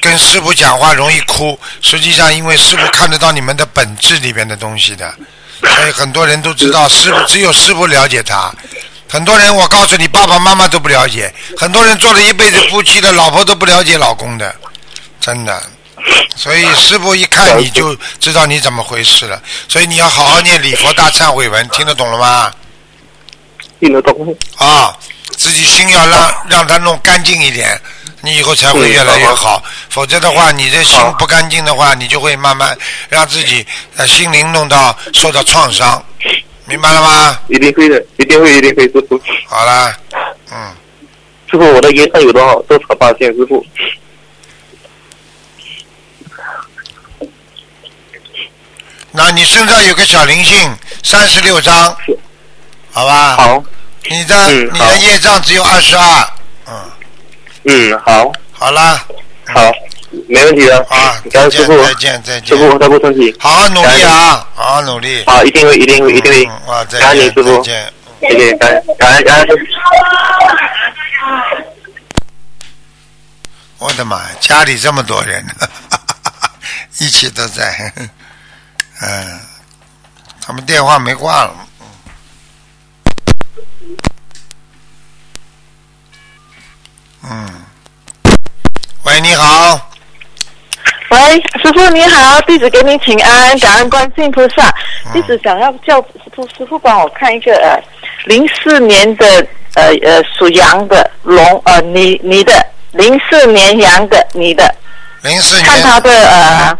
A: 跟师傅讲话容易哭？实际上，因为师傅看得到你们的本质里边的东西的，所以很多人都知道师傅只有师傅了解他，很多人我告诉你，爸爸妈妈都不了解，很多人做了一辈子夫妻的，老婆都不了解老公的，真的。所以师傅一看你就知道你怎么回事了，所以你要好好念礼佛大忏悔文，听得懂了吗？
H: 听得懂。
A: 啊，自己心要让让它弄干净一点，你以后才会越来越好。否则的话，你这心不干净的话，你就会慢慢让自己呃心灵弄到受到创伤，明白了吗？
H: 一定会的，一定会，一定会，师傅。
A: 好啦，嗯，
H: 师傅，我的业障有多少多少八千？师傅，
A: 那你身上有个小灵性，三十六张，好吧？
H: 好，
A: 你的、
H: 嗯
A: 你
H: 好
A: 的业障只有二十二，嗯，
H: 嗯，好，
A: 好啦，
H: 好，没问题的。
A: 啊，
H: 感
A: 再见
H: 恩嗯师傅，
A: 再见再
H: 师
A: 见，
H: 傅，照顾身体。
A: 好好努力啊，好好努力，
H: 好，一定会，一定会，一定会。
A: 嗯啊，再
H: 感恩你
A: 见
H: 师
A: 再
H: 傅，
A: 见，
H: 谢谢，感恩感恩感恩师傅。
A: 我的妈，家里这么多人， <laughs> 一起都在， <laughs> 嗯，他们电话没挂了。嗯嗯，喂，你好。
E: 喂，师傅你好，弟子给你请安，感恩观世音菩萨。弟子想要叫师傅师傅帮我看一个呃，零四年的呃呃属羊的龙呃你你的零四年羊的你的，
A: 零四年，
E: 看他的呃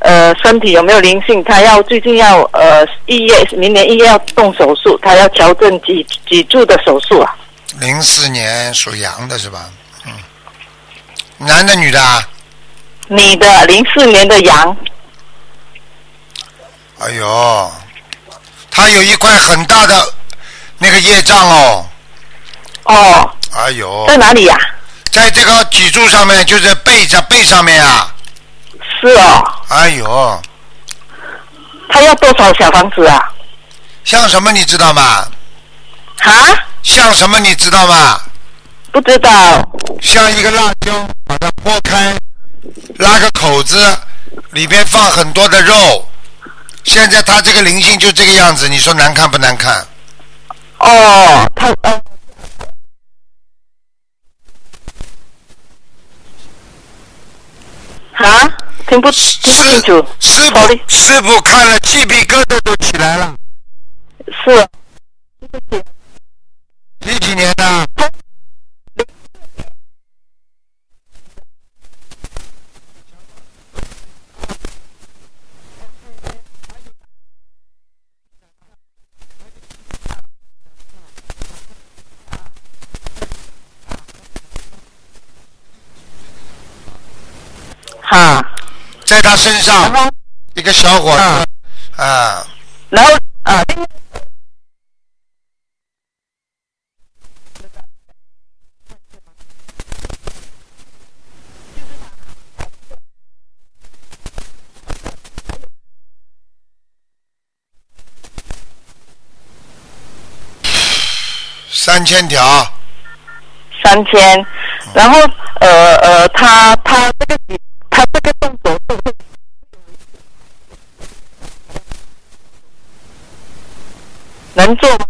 E: 呃身体有没有灵性，他要最近要呃一月明年一月要动手术，他要调整脊脊柱的手术啊，
A: 零四年属羊的是吧？嗯，男的女的啊？
E: 你的零四年的羊
A: 哎呦，他有一块很大的那个业障哦。
E: 哦
A: 哎呦
E: 在，哪里呀、
A: 在这个脊柱上面，就是背上背上面啊。
E: 是哦，
A: 哎呦，
E: 他要多少小房子啊？
A: 像什么你知道吗？
E: 哈？
A: 像什么你知道吗？
E: 不知道。
A: 像一个辣椒，把它剥开，拉个口子，里边放很多的肉。现在他这个灵性就这个样子，你说难看不难看？
E: 哦，他呃，啊，听不听不
A: 师
E: 清楚，
A: 师傅
E: Sorry
A: 师傅看了鸡皮疙瘩都起来了。
E: 是
A: 几几年的？
E: 哈。
A: 在他身上
E: 然后，
A: 一个小伙子啊，
E: 然后啊，另外
A: 三千条。
E: 三千，然后呃呃，他他这个他这个动手术会能做吗？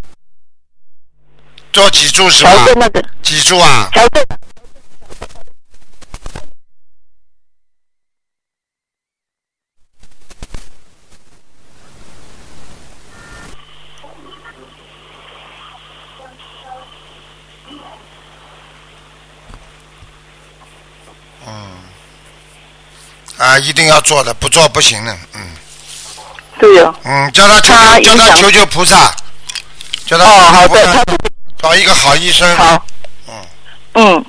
A: 做脊柱是吧
E: 调？整那个
A: 脊柱啊，
E: 调整。
A: 啊，一定要做的，不做不行的。嗯
E: 对哦，
A: 嗯，叫他求
E: 他
A: 求，叫
E: 影
A: 他
E: 响
A: 求求菩萨，叫他
E: 哦，好
A: 求
E: 的，
A: 求菩
E: 他
A: 萨找一个好医生。
E: 好，
A: 嗯
E: 嗯，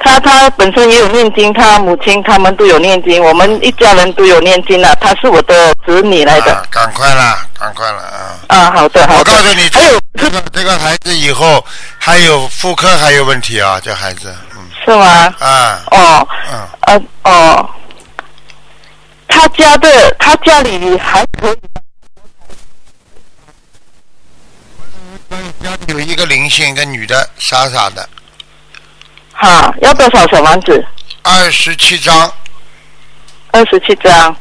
E: 他他本身也有念经，他母亲他们都有念经，我们一家人都有念经了。她是我的子女来的
A: 啊，赶快啦，赶快啦啊！
E: 啊，好的
A: 我
E: 好的
A: 告。诉你，
E: 还有
A: 这个这个孩子以后还有妇科还有问题啊，这孩子，嗯
E: 是吗？
A: 啊
E: 哦，
A: 嗯，
E: 呃哦，他家的他家里还可以吗，
A: 家里有一个灵性，一个女的，傻傻的，
E: 哈，要多少小房子？
A: 二十七章，
E: 二十七张。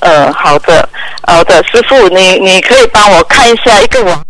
E: 呃，好的，好的，师傅，你你可以帮我看一下一个网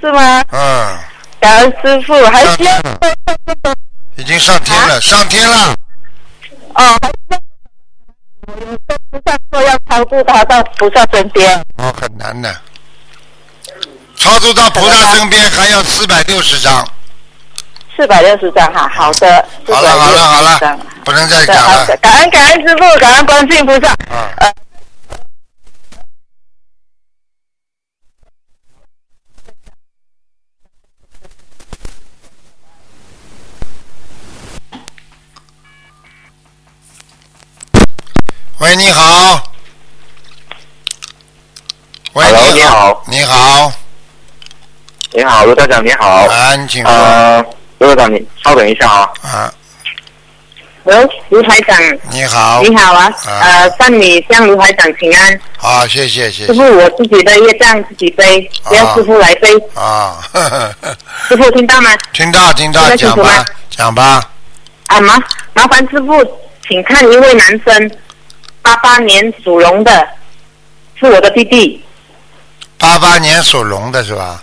I: 是吗？
A: 嗯，
I: 感恩师傅，还需要
A: 已经上天了，上天了。
I: 哦，还需要我有跟菩萨说要超度他到菩萨身边。
A: 哦，很难的。超度到菩萨身边还要四百六十张，
I: 四百六十张哈，好的，四
A: 好
I: 百
A: 了好
I: 六
A: 了好
I: 十
A: 了啊
I: 张。，
A: 不能再
I: 对
A: 讲
I: 好
A: 了
I: 的。感恩感恩师傅，感恩观世音菩萨。
A: 啊
I: 呃，
A: 喂，你好。喂
H: Hello，
A: 你
H: 你好，
A: 你好，
H: 你好，卢校长，你好。
A: 啊，你请说
H: 呃，卢校长，你稍等一下啊。
A: 啊，
E: 喂，卢台长，
A: 你好，
E: 你好啊，
A: 啊
E: 呃，向你向卢台长请安，
A: 好，啊谢谢谢
E: 师傅
A: 谢
E: 我自己的业障自己背，不
A: 啊
E: 要师傅来背，
A: 啊， <laughs> 呵呵呵
E: 师傅听到吗？
A: 听到听到，
E: 现在清
A: 讲
E: 楚
A: 吧
E: 吗
A: 讲吧，
E: 啊麻麻烦师傅，请看一位男生，八八年属龙的，是我的弟弟
A: 八八年属龙的是吧？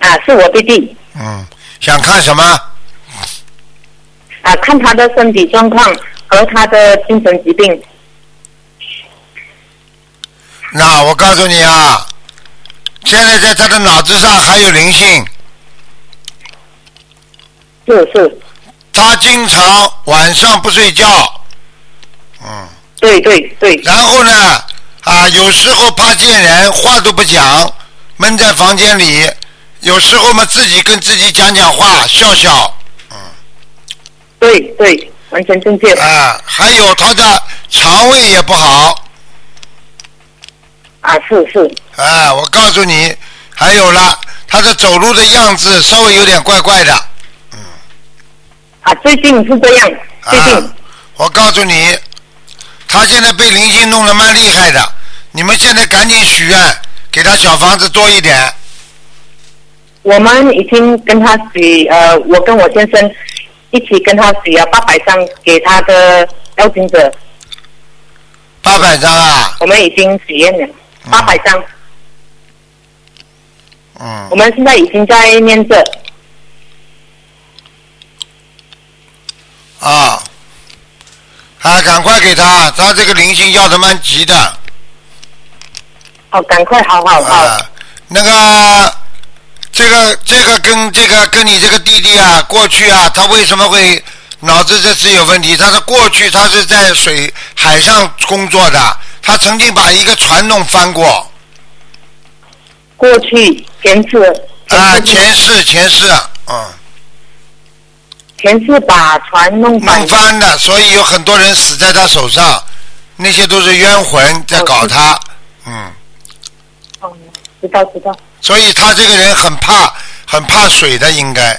E: 啊，是我弟弟
A: 嗯，想看什么？
E: 啊，看他的身体状况和他的精神疾病
A: 那我告诉你啊，现在在他的脑子上还有灵性，
E: 是是，
A: 他经常晚上不睡觉，嗯，
E: 对对对，
A: 然后呢，啊，有时候怕见人，话都不讲，闷在房间里；有时候嘛，自己跟自己讲讲话，笑笑。
E: 对对，完全正确
A: 啊，还有他的肠胃也不好。
E: 啊，是是，
A: 啊，我告诉你，还有了，他的走路的样子稍微有点怪怪的。嗯
E: 啊，最近是这样，最近、
A: 啊，我告诉你，他现在被灵性弄得蛮厉害的。你们现在赶紧许愿，给他小房子多一点。
E: 我们已经跟他许呃，我跟我先生一起跟他许了八百张给他的邀请者，
A: 八百张啊，
E: 我们已经许愿了八百张，
A: 嗯
E: 我，们现在已经在念着。
A: 啊，啊，赶快给他，他这个灵性要的蛮急的
E: 好，哦赶快，好好好，
A: 啊。那个，这个这个跟这个跟你这个弟弟啊，过去啊，他为什么会脑子这次有问题？他是过去他是在水海上工作的，他曾经把一个船弄翻过
E: 过去前次
A: 啊，前世前世，嗯，
E: 前次把船弄
A: 弄
E: 反，
A: 翻的，所以有很多人死在他手上，那些都是冤魂在搞他，嗯。
E: 哦知道知道，
A: 所以他这个人很怕，很怕水的，应该，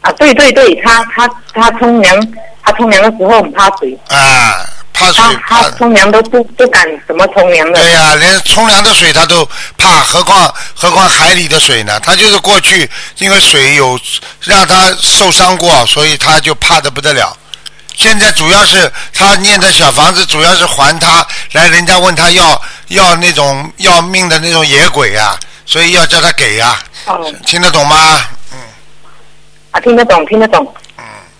E: 啊，对对对，他他他冲凉，他冲凉的时候很怕水，
A: 啊，怕水
E: 他
A: 怕
E: 他，冲凉都不不敢怎么冲凉的
A: 对，呀、连冲凉的水他都怕，何况何况海里的水呢？他就是过去因为水有让他受伤过，所以他就怕的不得了。现在主要是他念的小房子，主要是还他来人家问他要要那种要命的那种野鬼啊，所以要叫他给呀、
E: 哦
A: 听得懂吗？
E: 啊，听得懂，听得懂。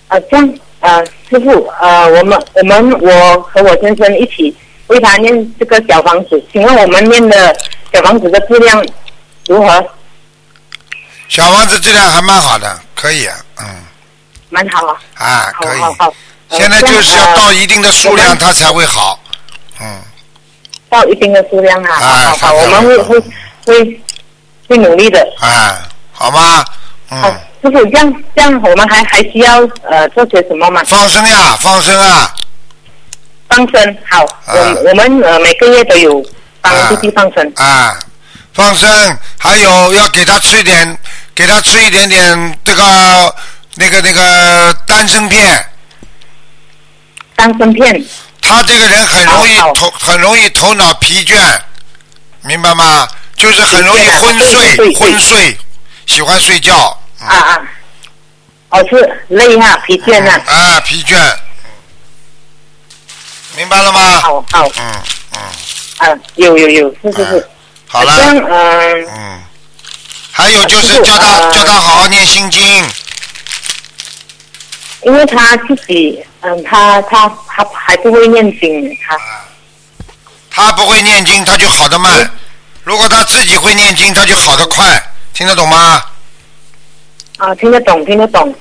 E: 啊，
A: 嗯
E: 这样，呃，师傅，呃，我们我们我和我先生一起为他念这个小房子，请问我们念的小房子的质量如何？
A: 小房子质量还蛮好的，可以，嗯
E: 蛮好啊，
A: 啊，
E: 好
A: 可以。
E: 好好。呃
A: 现在就是
E: 这样
A: 要
E: 呃
A: 到一定的数
E: 我
A: 量，
E: 们
A: 它才会好。嗯，
E: 到一定的数量啊，
A: 啊
E: 好好好，我
A: 上上
E: 们会
A: 上
E: 会会会努力的。
A: 哎，好吗？
E: 好，
A: 嗯，
E: 师傅，这样这样，我们还还需要呃做些什么吗？
A: 放生呀，放生啊，
E: 放生，好，
A: 啊
E: 我我们呃每个月都有帮
A: 啊
E: 弟弟放生，
A: 啊，放生，还有要给他吃一点，给他吃一点点这个那个那个丹参片。
E: 当生片，
A: 他这个人很容易
E: 好好
A: 头很容易头脑疲倦，明白吗？就是很容易
E: 疲倦啊
A: 昏
E: 对对
A: 睡，
E: 对
A: 昏睡，喜欢睡觉。嗯
E: 啊啊，哦是累哈、疲倦哈、
A: 啊，疲倦，嗯明白了吗？
E: 好好，
A: 嗯嗯，
E: 啊有有有，是是是，
A: 哎好了
E: 这样嗯、
A: 嗯，还有就是
E: 师父
A: 叫他
E: 呃
A: 叫他好好念心经，
E: 因为他自己，嗯，他他他还不会念经，啊他
A: 他不会念经，他就好的慢；如果他自己会念经，他就好的快，听得懂吗？
E: 啊，听得懂，听得懂，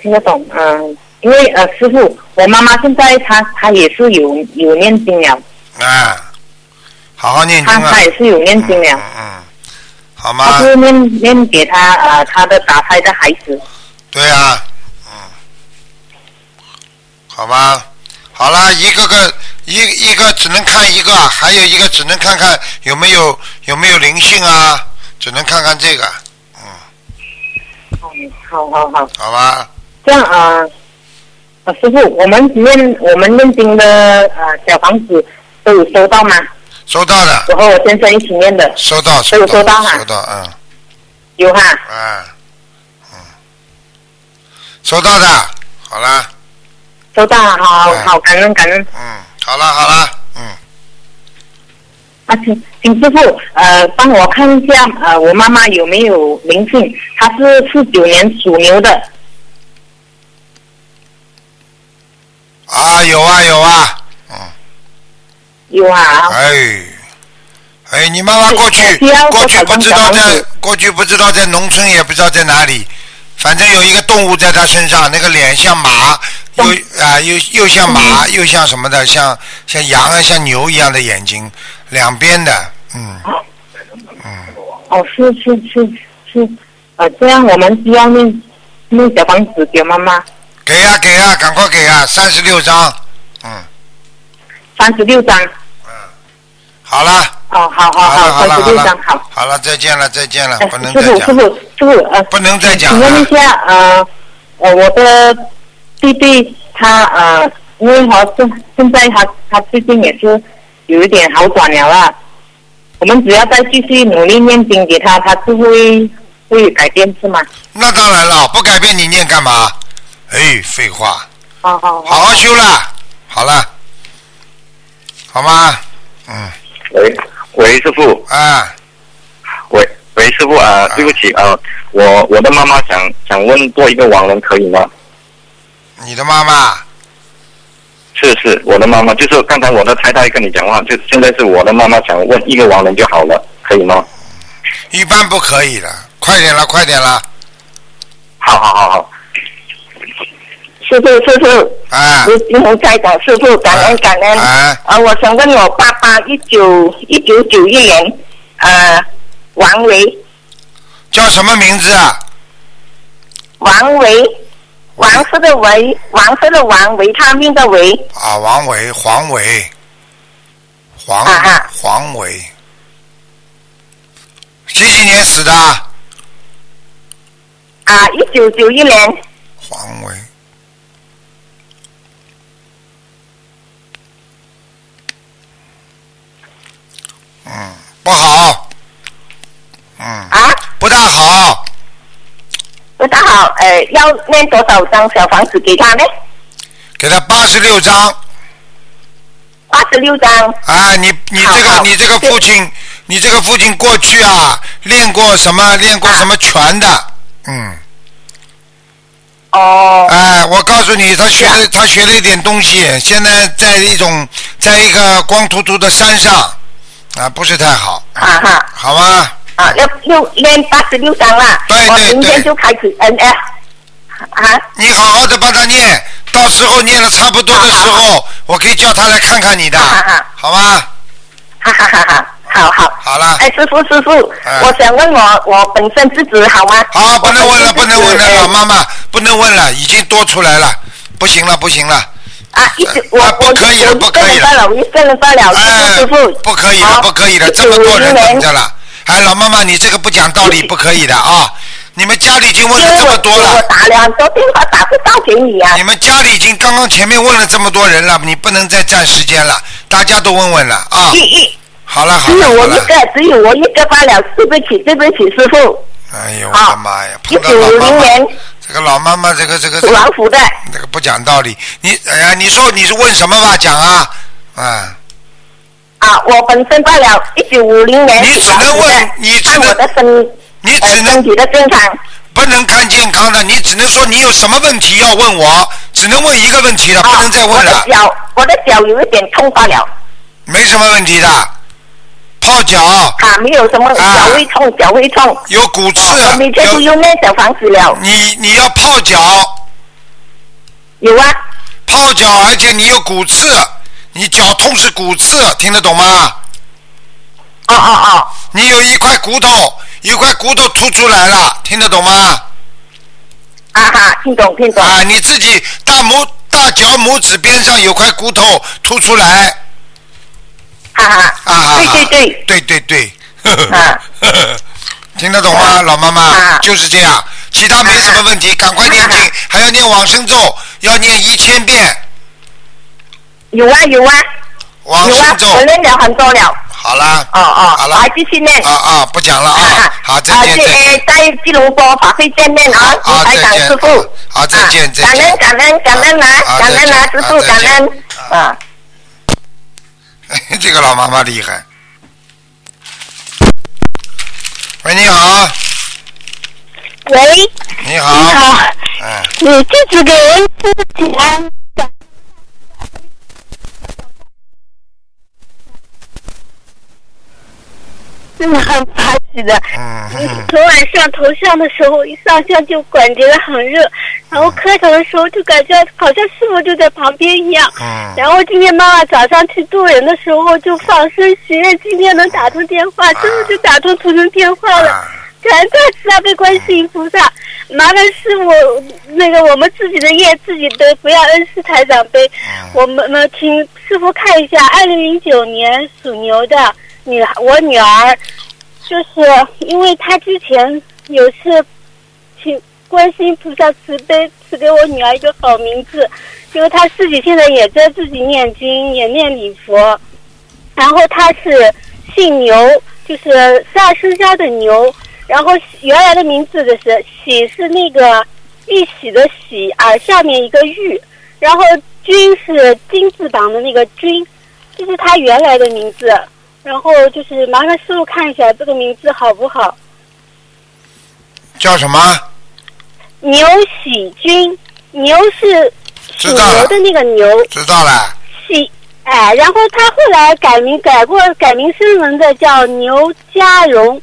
E: 听得懂，嗯，因为呃，师傅，我妈妈现在她她也是有有念经了，
A: 啊，好好念经
E: 她
A: 啊，嗯
E: 她也是有念经了，
A: 好
E: 她
A: 吗？
E: 是念念给她呃她的打胎的孩子，
A: 对啊，嗯，好吧，好啦，一个个一一个只能看一个，还有一个只能看看有没有有没有灵性啊，只能看看这个，
E: 嗯，好好好，
A: 好吧？
E: 这样啊、呃呃，师傅，我们念我们念经的呃小房子都有收到吗？
A: 收到了，
E: 我和我先生一起念的，
A: 收到，
E: 都有
A: 收
E: 收
A: 到
E: 到，啊
A: 收到，嗯。
E: 有哈。
A: 啊，嗯，收到的，好了，
E: 收到，好
A: 嗯
E: 好感恩感恩。
A: 嗯，好了好了，嗯，
E: 啊，请请师傅呃帮我看一下呃我妈妈有没有灵性？她是四九年属牛的，
A: 啊有啊有啊，
E: 有啊。
A: 哎，哎，你妈妈过去
E: 对我需要
A: 过去
E: 多少
A: 不
E: 张
A: 知道
E: 小房
A: 在
E: 子
A: 过去不知道在农村也不知道在哪里，反正有一个动物在她身上，那个脸像马，又啊又又像
E: 嗯
A: 马又像什么的，像像羊啊像牛一样的眼睛，两边的，嗯，
E: 啊哦，是是是是，呃，这样我们需要念念小房子给妈妈
A: 给呀、给呀、赶快给呀、啊三十六张，
E: 三十六张。
A: 好了。
E: 哦，好好
A: 好
E: 好，
A: 了
E: 三
A: 好
E: 十六
A: 了
E: 张好。
A: 好了，再见了，再见了，
E: 呃
A: 不能
E: 师
A: 再
E: 傅师
A: 讲
E: 傅
A: 了，
E: 师傅呃，
A: 不能再讲
E: 请问一
A: 了。
E: 下，呃，呃，我的弟弟他呃，因为他现现在他他最近也是有一点好转了啦。我们只要再继续努力念经给他，他就会会改变是吗？
A: 那当然了，不改变你念干嘛？哎，废话，
E: 哦哦
A: 好好修啦，好了，好吗？嗯，
H: 喂喂，师傅，
A: 啊，
H: 喂喂，师傅啊、对不起啊、我我的妈妈想想问多一个网人可以吗？
A: 你的妈妈
H: 是是，我的妈妈就是刚才我的太太跟你讲话，就现在是我的妈妈想问一个亡人就好了，可以吗？
A: 一般不可以了，快点了，快点了，
H: 好好好好，
F: 师傅，师傅，
A: 啊
F: 卢金红在的，师傅，感恩感恩。
A: 啊，
F: 啊，我想问我爸爸一九一九九一年，呃，王维，
A: 叫什么名字啊？
F: 王维，王色的维，王色的王，维他命的维，
A: 啊，王伟，黄伟，黄
F: 啊啊
A: 黄伟，几几年死的？
F: 啊，一九九一年，
A: 黄维。嗯，不好。嗯，
F: 啊，
A: 不大好。
F: 不大好，呃，要念多少张小房子给他呢？
A: 给他八十六张
F: 八十六张，
A: 啊！你你
F: 好
A: 这个
F: 好
A: 你这个父亲，你这个父亲过去啊，练过什么练过什么拳的，嗯，
F: 哦，啊
A: 哎，我告诉你，他学了他学了一点东西，现在在一种在一个光秃秃的山上，啊，不是太好，
F: 啊哈，
A: 好吗？
F: 啊，要六念八十六张啦，
A: 对对
F: 我明
A: 对
F: 天就开始，嗯呃，啊，
A: 你好好的帮他念，到时候念了差不多的时候，我可以叫他来看看你的
F: 好好，
A: 好吗？
F: 哈哈哈哈，好好。
A: 好了，
F: 哎，师傅，师傅，
A: 哎
F: 我想问我，我本身自己好吗？
A: 好，不能问了，不能问了，老
F: 吗？
A: 妈妈，不能问了，已经多出来了，哎不行了，不行了，
F: 啊，一直我
A: 啊
F: 我
A: 不可以了
F: 我
A: 不可以了
F: 一个人罢了，我一个人罢了，
A: 哎
F: 师傅师傅，，
A: 不可以了，
F: 好
A: 不可以了，
F: 一
A: 这么多人
F: 九一
A: 等
F: 年
A: 着了，哎，老妈妈，你这个不讲道理，不可以的啊！你们家里已经问
F: 因
A: 了
F: 为
A: 这么
F: 我
A: 多
F: 我
A: 了，
F: 打了很多电话打不到给你啊
A: 你，们家里已经刚刚前面问了这么多人了，你不能再占时间了，大家都问问了啊！
F: 一一
A: 好了，好
F: 只
A: 了，
F: 有
A: 好
F: 我一
A: 了。
F: 个，只有我一个罢了，对不起，对不起，师傅，啊
A: 哎呦
J: 啊
A: 我的妈呀！
F: 一
A: 碰到
F: 九
A: 老妈
F: 零
A: 妈，
F: 年
A: 这个老妈妈，这个这个这
F: 属
A: 个
F: 老虎的，
A: 这个不讲道理。你哎呀，你说你是问什么吧？讲啊，啊，
J: 啊，我本身到了一九五零年，
A: 你只能问你只
J: 看
A: 能
J: 我的身，
A: 你
J: 呃
A: 只能
J: 身体的健康。
A: 不能看健康的，你只能说你有什么问题要问我，只能问一个问题了，不能再问
J: 啊我
A: 了
J: 的，脚，我的脚有一点痛罢了，
A: 没什么问题的。泡脚
J: 啊，没有什么
A: 啊
J: 脚会痛，脚会痛。
A: 有骨刺
J: 啊，我，每天都
A: 有
J: 用那小房子了，
A: 你你要泡脚，
J: 有啊，
A: 泡脚，而且你有骨刺，你脚痛是骨刺，听得懂吗？
J: 哦哦哦，
A: 你有一块骨头，一块骨头凸出来了，听得懂吗？
J: 啊哈，听懂听懂，
A: 啊，你自己大拇大脚拇指边上有块骨头凸出来
J: 哈哈，
A: 啊！
J: 对对对，
A: 对对对，呵呵
J: 啊
A: 呵呵 <laughs> 听得懂吗，老妈妈？
J: 啊
A: 就是这样，其他没什么问题，赶快念经，还要念往生咒，要念一千遍
J: 有啊有啊
A: 往
J: 有啊
A: 生咒。，
J: 我练了很多了，
A: 好啦，
J: 哦哦，
A: 好
J: 我
A: 了
J: 还继续练。
A: 啊啊，不讲了啊，好，再
J: 啊，
A: 见，
J: 这
A: 再见。
J: 呃，在吉隆坡法会见面啊，
A: 啊
J: 卢台长
A: 再见
J: 师傅
A: 啊。好再见
J: 啊
A: 再见
J: 感恩感恩感恩啊
A: 啊，
J: 感恩
A: 再
J: 啊，
A: 见
J: 师傅
A: 啊再
J: 感
A: 见
J: 恩啊。
A: <laughs> 这个老妈妈厉害。喂，你好，
F: 喂，
A: 你
F: 你
A: 好，
F: 好，
A: 嗯，
F: 你地址给恩师请安。真的很欢喜的，
A: 嗯，
F: 昨晚上头像的时候，一上香就感觉到很热，然后磕头的时候就感觉好像师傅就在旁边一样。
A: 嗯
F: 然后今天妈妈早上去渡人的时候就放生许愿，今天能打通电话，真的就打通图腾电话了。
A: 啊
F: 感恩大慈大悲观世音菩萨，麻烦师傅那个我们自己的业自己背，不要恩师台长背。我们呢，请师傅看一下，二零零九年属牛的女孩，我女儿，就是因为她之前有次请观世音菩萨慈悲赐给我女儿一个好名字，因为她自己现在也在自己念经，也念礼佛，然后她是姓牛，就是十二生肖的牛，然后原来的名字的是喜是那个玉玺的玺，耳下面一个玉，然后君是金字旁的那个君，这是她原来的名字，然后就是麻烦师傅看一下这个名字好不好。
A: 叫什么？
F: 牛喜君，牛是属牛的那个牛
A: 知道了，
F: 喜，哎，然后他后来改名改过改名声纹的叫牛家荣，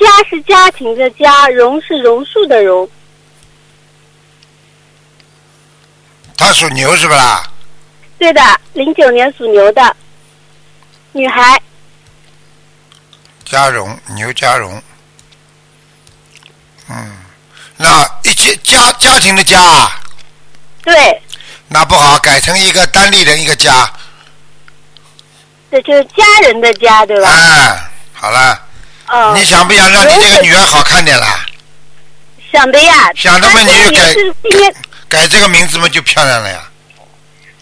F: 家是家庭的家，荣是榕树的荣，
A: 他属牛是不啦？
F: 对的，零九年属牛的女孩，
A: 嘉荣，牛嘉荣。嗯，那一家家家庭的家啊，
F: 对，
A: 那不好，改成一个单立人一个家。
F: 这就是家人的家，对吧？
A: 哎，好了，
F: 哦、
A: 哎你想不想让你这个女儿好看点啦？
F: 想的呀，
A: 想的
F: 他
A: 嘛你就
F: 说也
A: 改
F: 是今天，
A: 改这个名字嘛就漂亮了呀。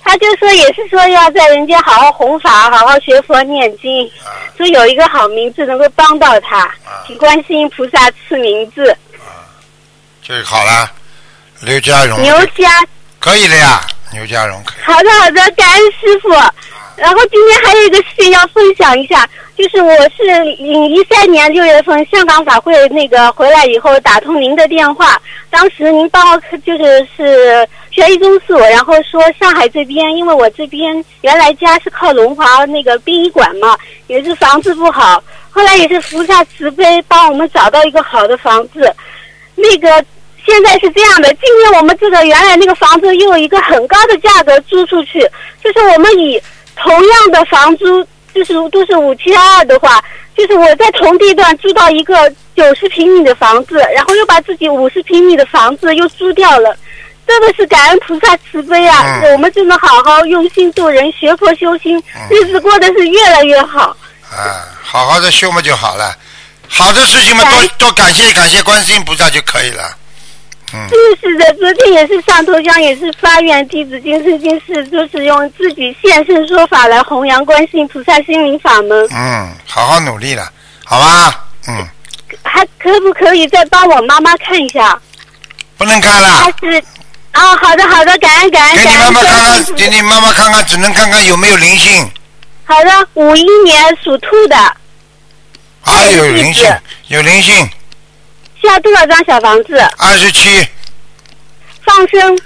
F: 他就说也是说要在人间好好弘法，好好学佛念经，说有一个好名字能够帮到他，请观世音菩萨赐名字。
A: 就好了，刘家荣
F: 牛家，
A: 可以了呀，牛家荣可以。
F: 好的好的，感恩师傅。然后今天还有一个事情要分享一下，就是我是零一三年六月份香港法会那个回来以后打通您的电话，当时您帮我看就是是悬疑中诉，然后说上海这边，因为我这边原来家是靠龙华那个殡仪馆嘛，也是房子不好，后来也是菩萨慈悲帮我们找到一个好的房子，那个现在是这样的，今年我们这个原来那个房子又有一个很高的价格租出去，就是我们以同样的房租，就是都是五千二的话，就是我在同地段租到一个九十平米的房子，然后又把自己五十平米的房子又租掉了。这个是感恩菩萨慈悲啊！
A: 嗯
F: 我们真的好好用心度人，学佛修心，日子过得是越来越好。
A: 啊，好好的修嘛就好了。好的事情嘛，多多感谢感谢观世音菩萨就可以了。
F: 是是的，昨天也是上头香，也是发愿弟子今生今世，就是用自己现身说法来弘扬观世音菩萨心灵法门。
A: 嗯，好好努力了，好吧？嗯，
F: 还可不可以再帮我妈妈看一下？
A: 不能看
F: 她
A: 了，
F: 是啊、好的好的，感恩感恩
A: 给你妈
F: 感恩
A: 妈看啊
F: 观世
A: 看，
F: 音菩
A: 给
F: 萨。
A: 你妈妈看看，只能看看有没有灵性。
F: 好好的，五一年属兔的，
A: 哎，有灵性，有灵性，
F: 需要多少张小房子？
A: 二十七，
F: 放生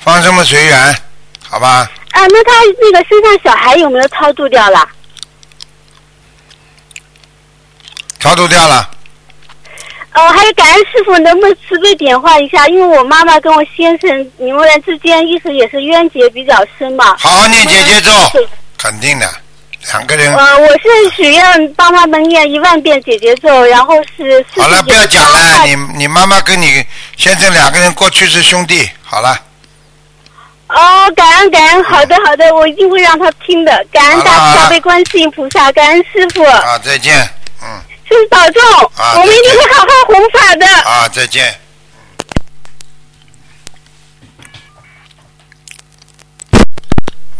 A: 放这么随缘，好吧？
F: 啊，那他那个身上小孩有没有超度掉了？
A: 调度掉了，
F: 哦，还有感恩师傅，能不能慈悲点化一下？因为我妈妈跟我先生，你们俩之间一直也是冤结比较深嘛。嗯
A: 好好念姐姐咒，肯定的，两个人。
F: 呃，我是许愿帮他们念一万遍姐姐咒，然后是
A: 好了，不要讲了，你你妈妈跟你先生两个人过去是兄弟，好了，
F: 哦，感恩感恩，好的好的，我一定会让他听的。感恩大
A: 好
F: 慈
A: 了
F: 大悲观世音菩萨，感恩师傅，
A: 啊，再见，嗯，
F: 师傅保重，
A: 啊
F: 我们一定会好好弘法的。
A: 啊，再见。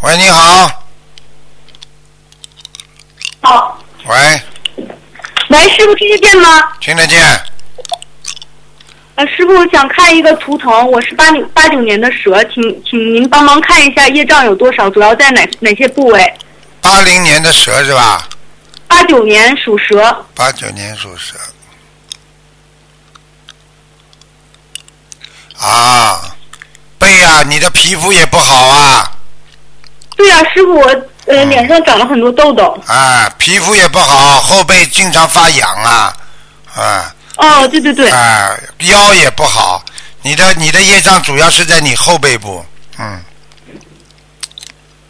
A: 喂，你好，
G: 好，
A: 喂，
G: 喂，师傅听得见吗？
A: 听得见？
G: 呃，师傅，我想看一个图腾，我是八零八九年的蛇，请请您帮忙看一下业障有多少，主要在哪哪些部位？
A: 八零年的蛇是吧？
G: 八九年属蛇，
A: 八九年属蛇。啊，背啊，你的皮肤也不好啊，
G: 对呀、师傅，我呃脸上长了很多痘痘。
A: 啊，皮肤也不好，后背经常发痒啊，啊。
G: 哦，对对对。
A: 啊，腰也不好，你的你的业障主要是在你后背部，嗯，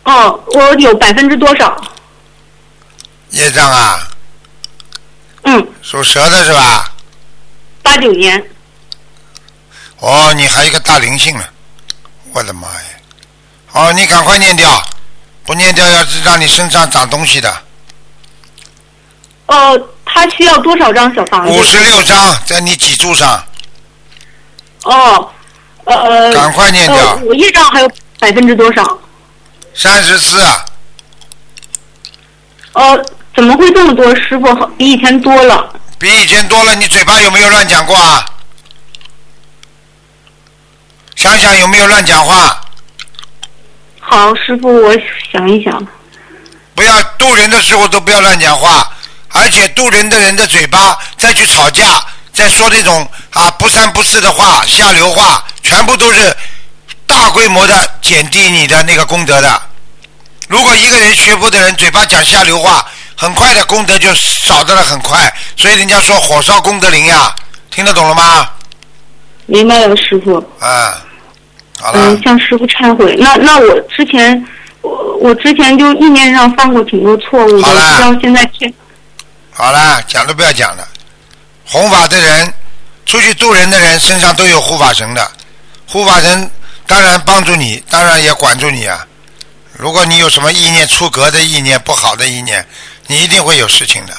G: 哦，我有百分之多少？
A: 业障啊。
G: 嗯。
A: 属蛇的是吧？
G: 八九年。
A: 哦，你还有一个大灵性呢，我的妈呀！哦，你赶快念掉，不念掉要是让你身上长东西的。
G: 哦，他需要多少张小房子？
A: 五十六张在你脊柱上，
G: 哦，呃。
A: 赶快念掉
G: 呃我业障还有百分之多少？
A: 三十四，啊
G: 哦，怎么会这么多？师傅比以前多了。
A: 比以前多了。你嘴巴有没有乱讲过啊？想想有没有乱讲话，
G: 好，师傅，我想一想。
A: 不要渡人的时候都不要乱讲话，而且渡人的人的嘴巴再去吵架，再说这种啊不三不四的话、下流话，全部都是大规模的减低你的那个功德的。如果一个人学佛的人嘴巴讲下流话，很快的功德就少得了很快，所以人家说火烧功德林呀、听得懂了吗？
G: 明白了，师傅。
A: 啊，好了，
G: 嗯，向师傅忏悔。那那我之前，我我之前就意念上犯过挺多错误的，
A: 好啦
G: 直到现在去。
A: 好了，讲都不要讲了。弘法的人，出去渡人的人身上都有护法神的，护法神当然帮助你，当然也管住你啊。如果你有什么意念、出格的意念、不好的意念，你一定会有事情的。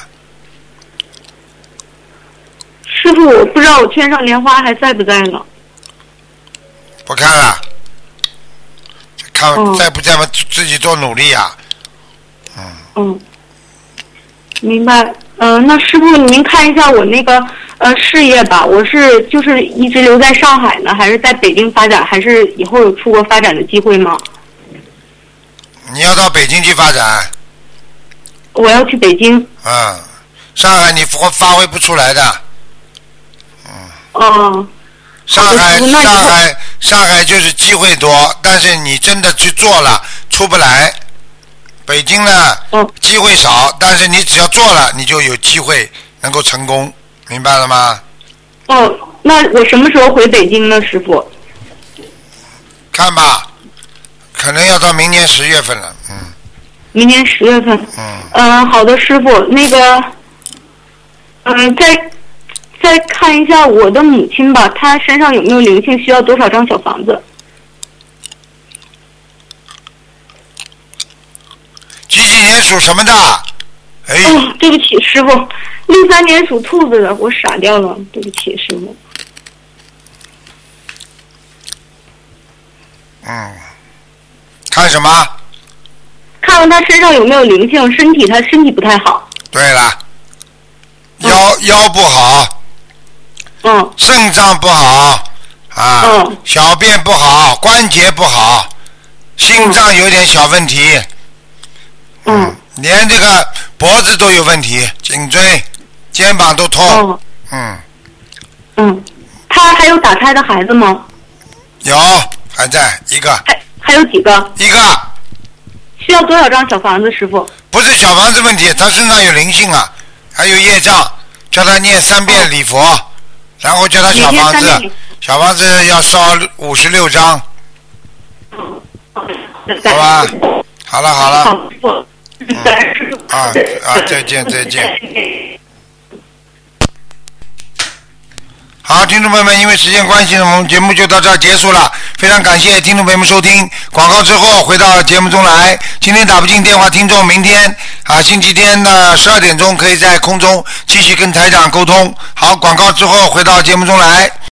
G: 师傅，我不知道我天上莲花还在不在呢？
A: 不看了，看
G: 哦
A: 在不在嘛，自己做努力啊呀、
G: 嗯，明白。嗯、那师傅您看一下我那个呃事业吧，我是就是一直留在上海呢，还是在北京发展，还是以后有出国发展的机会吗？
A: 你要到北京去发展，
G: 我要去北京。
A: 嗯，上海你发发挥不出来的。
G: 哦、
A: 上海，
G: 好的师傅那以后
A: 上海，上海就是机会多，但是你真的去做了，出不来。北京呢，机会少，但是你只要做了，你就有机会能够成功，明白了吗？
G: 哦，那我什么时候回北京呢，师傅？
A: 看吧，可能要到明年十月份了，嗯，
G: 明年十月份。呃
A: 嗯。
G: 好的，师傅，那个，嗯、再再看一下我的母亲吧，她身上有没有灵性？需要多少张小房子？
A: 几几年属什么的？哎，
G: 哦，对不起，师傅，六三年属兔子的，我傻掉了，对不起，师傅。
A: 嗯，看什么？
G: 看看她身上有没有灵性，身体她身体不太好。
A: 对了，腰、腰不好，
G: 嗯，
A: 肾脏不好啊，
K: 嗯
A: 小便不好，关节不好，心脏有点小问题，
K: 嗯，
A: 连这个脖子都有问题，颈椎、肩膀都痛。
K: 哦，
A: 嗯，
K: 嗯，他还有打胎的孩子吗？
A: 有还在一个，
K: 还有几个？
A: 一个。
K: 需要多少张小房子，师傅？
A: 不是小房子问题，他身上有灵性啊，还有业障，叫他念三遍礼佛，然后叫他小
K: 嗯
A: 房
K: 每天三遍
A: 子
K: 礼，
A: 小房子要烧五十六张，好吧？好了好了，
K: 好，师傅，嗯
A: 啊啊，再见再见。好，听众朋友们，因为时间关系呢，我们节目就到这儿结束了。非常感谢听众朋友们收听广告之后回到节目中来。今天打不进电话，听众明天啊星期天的十二点钟可以在空中继续跟台长沟通。好，广告之后回到节目中来。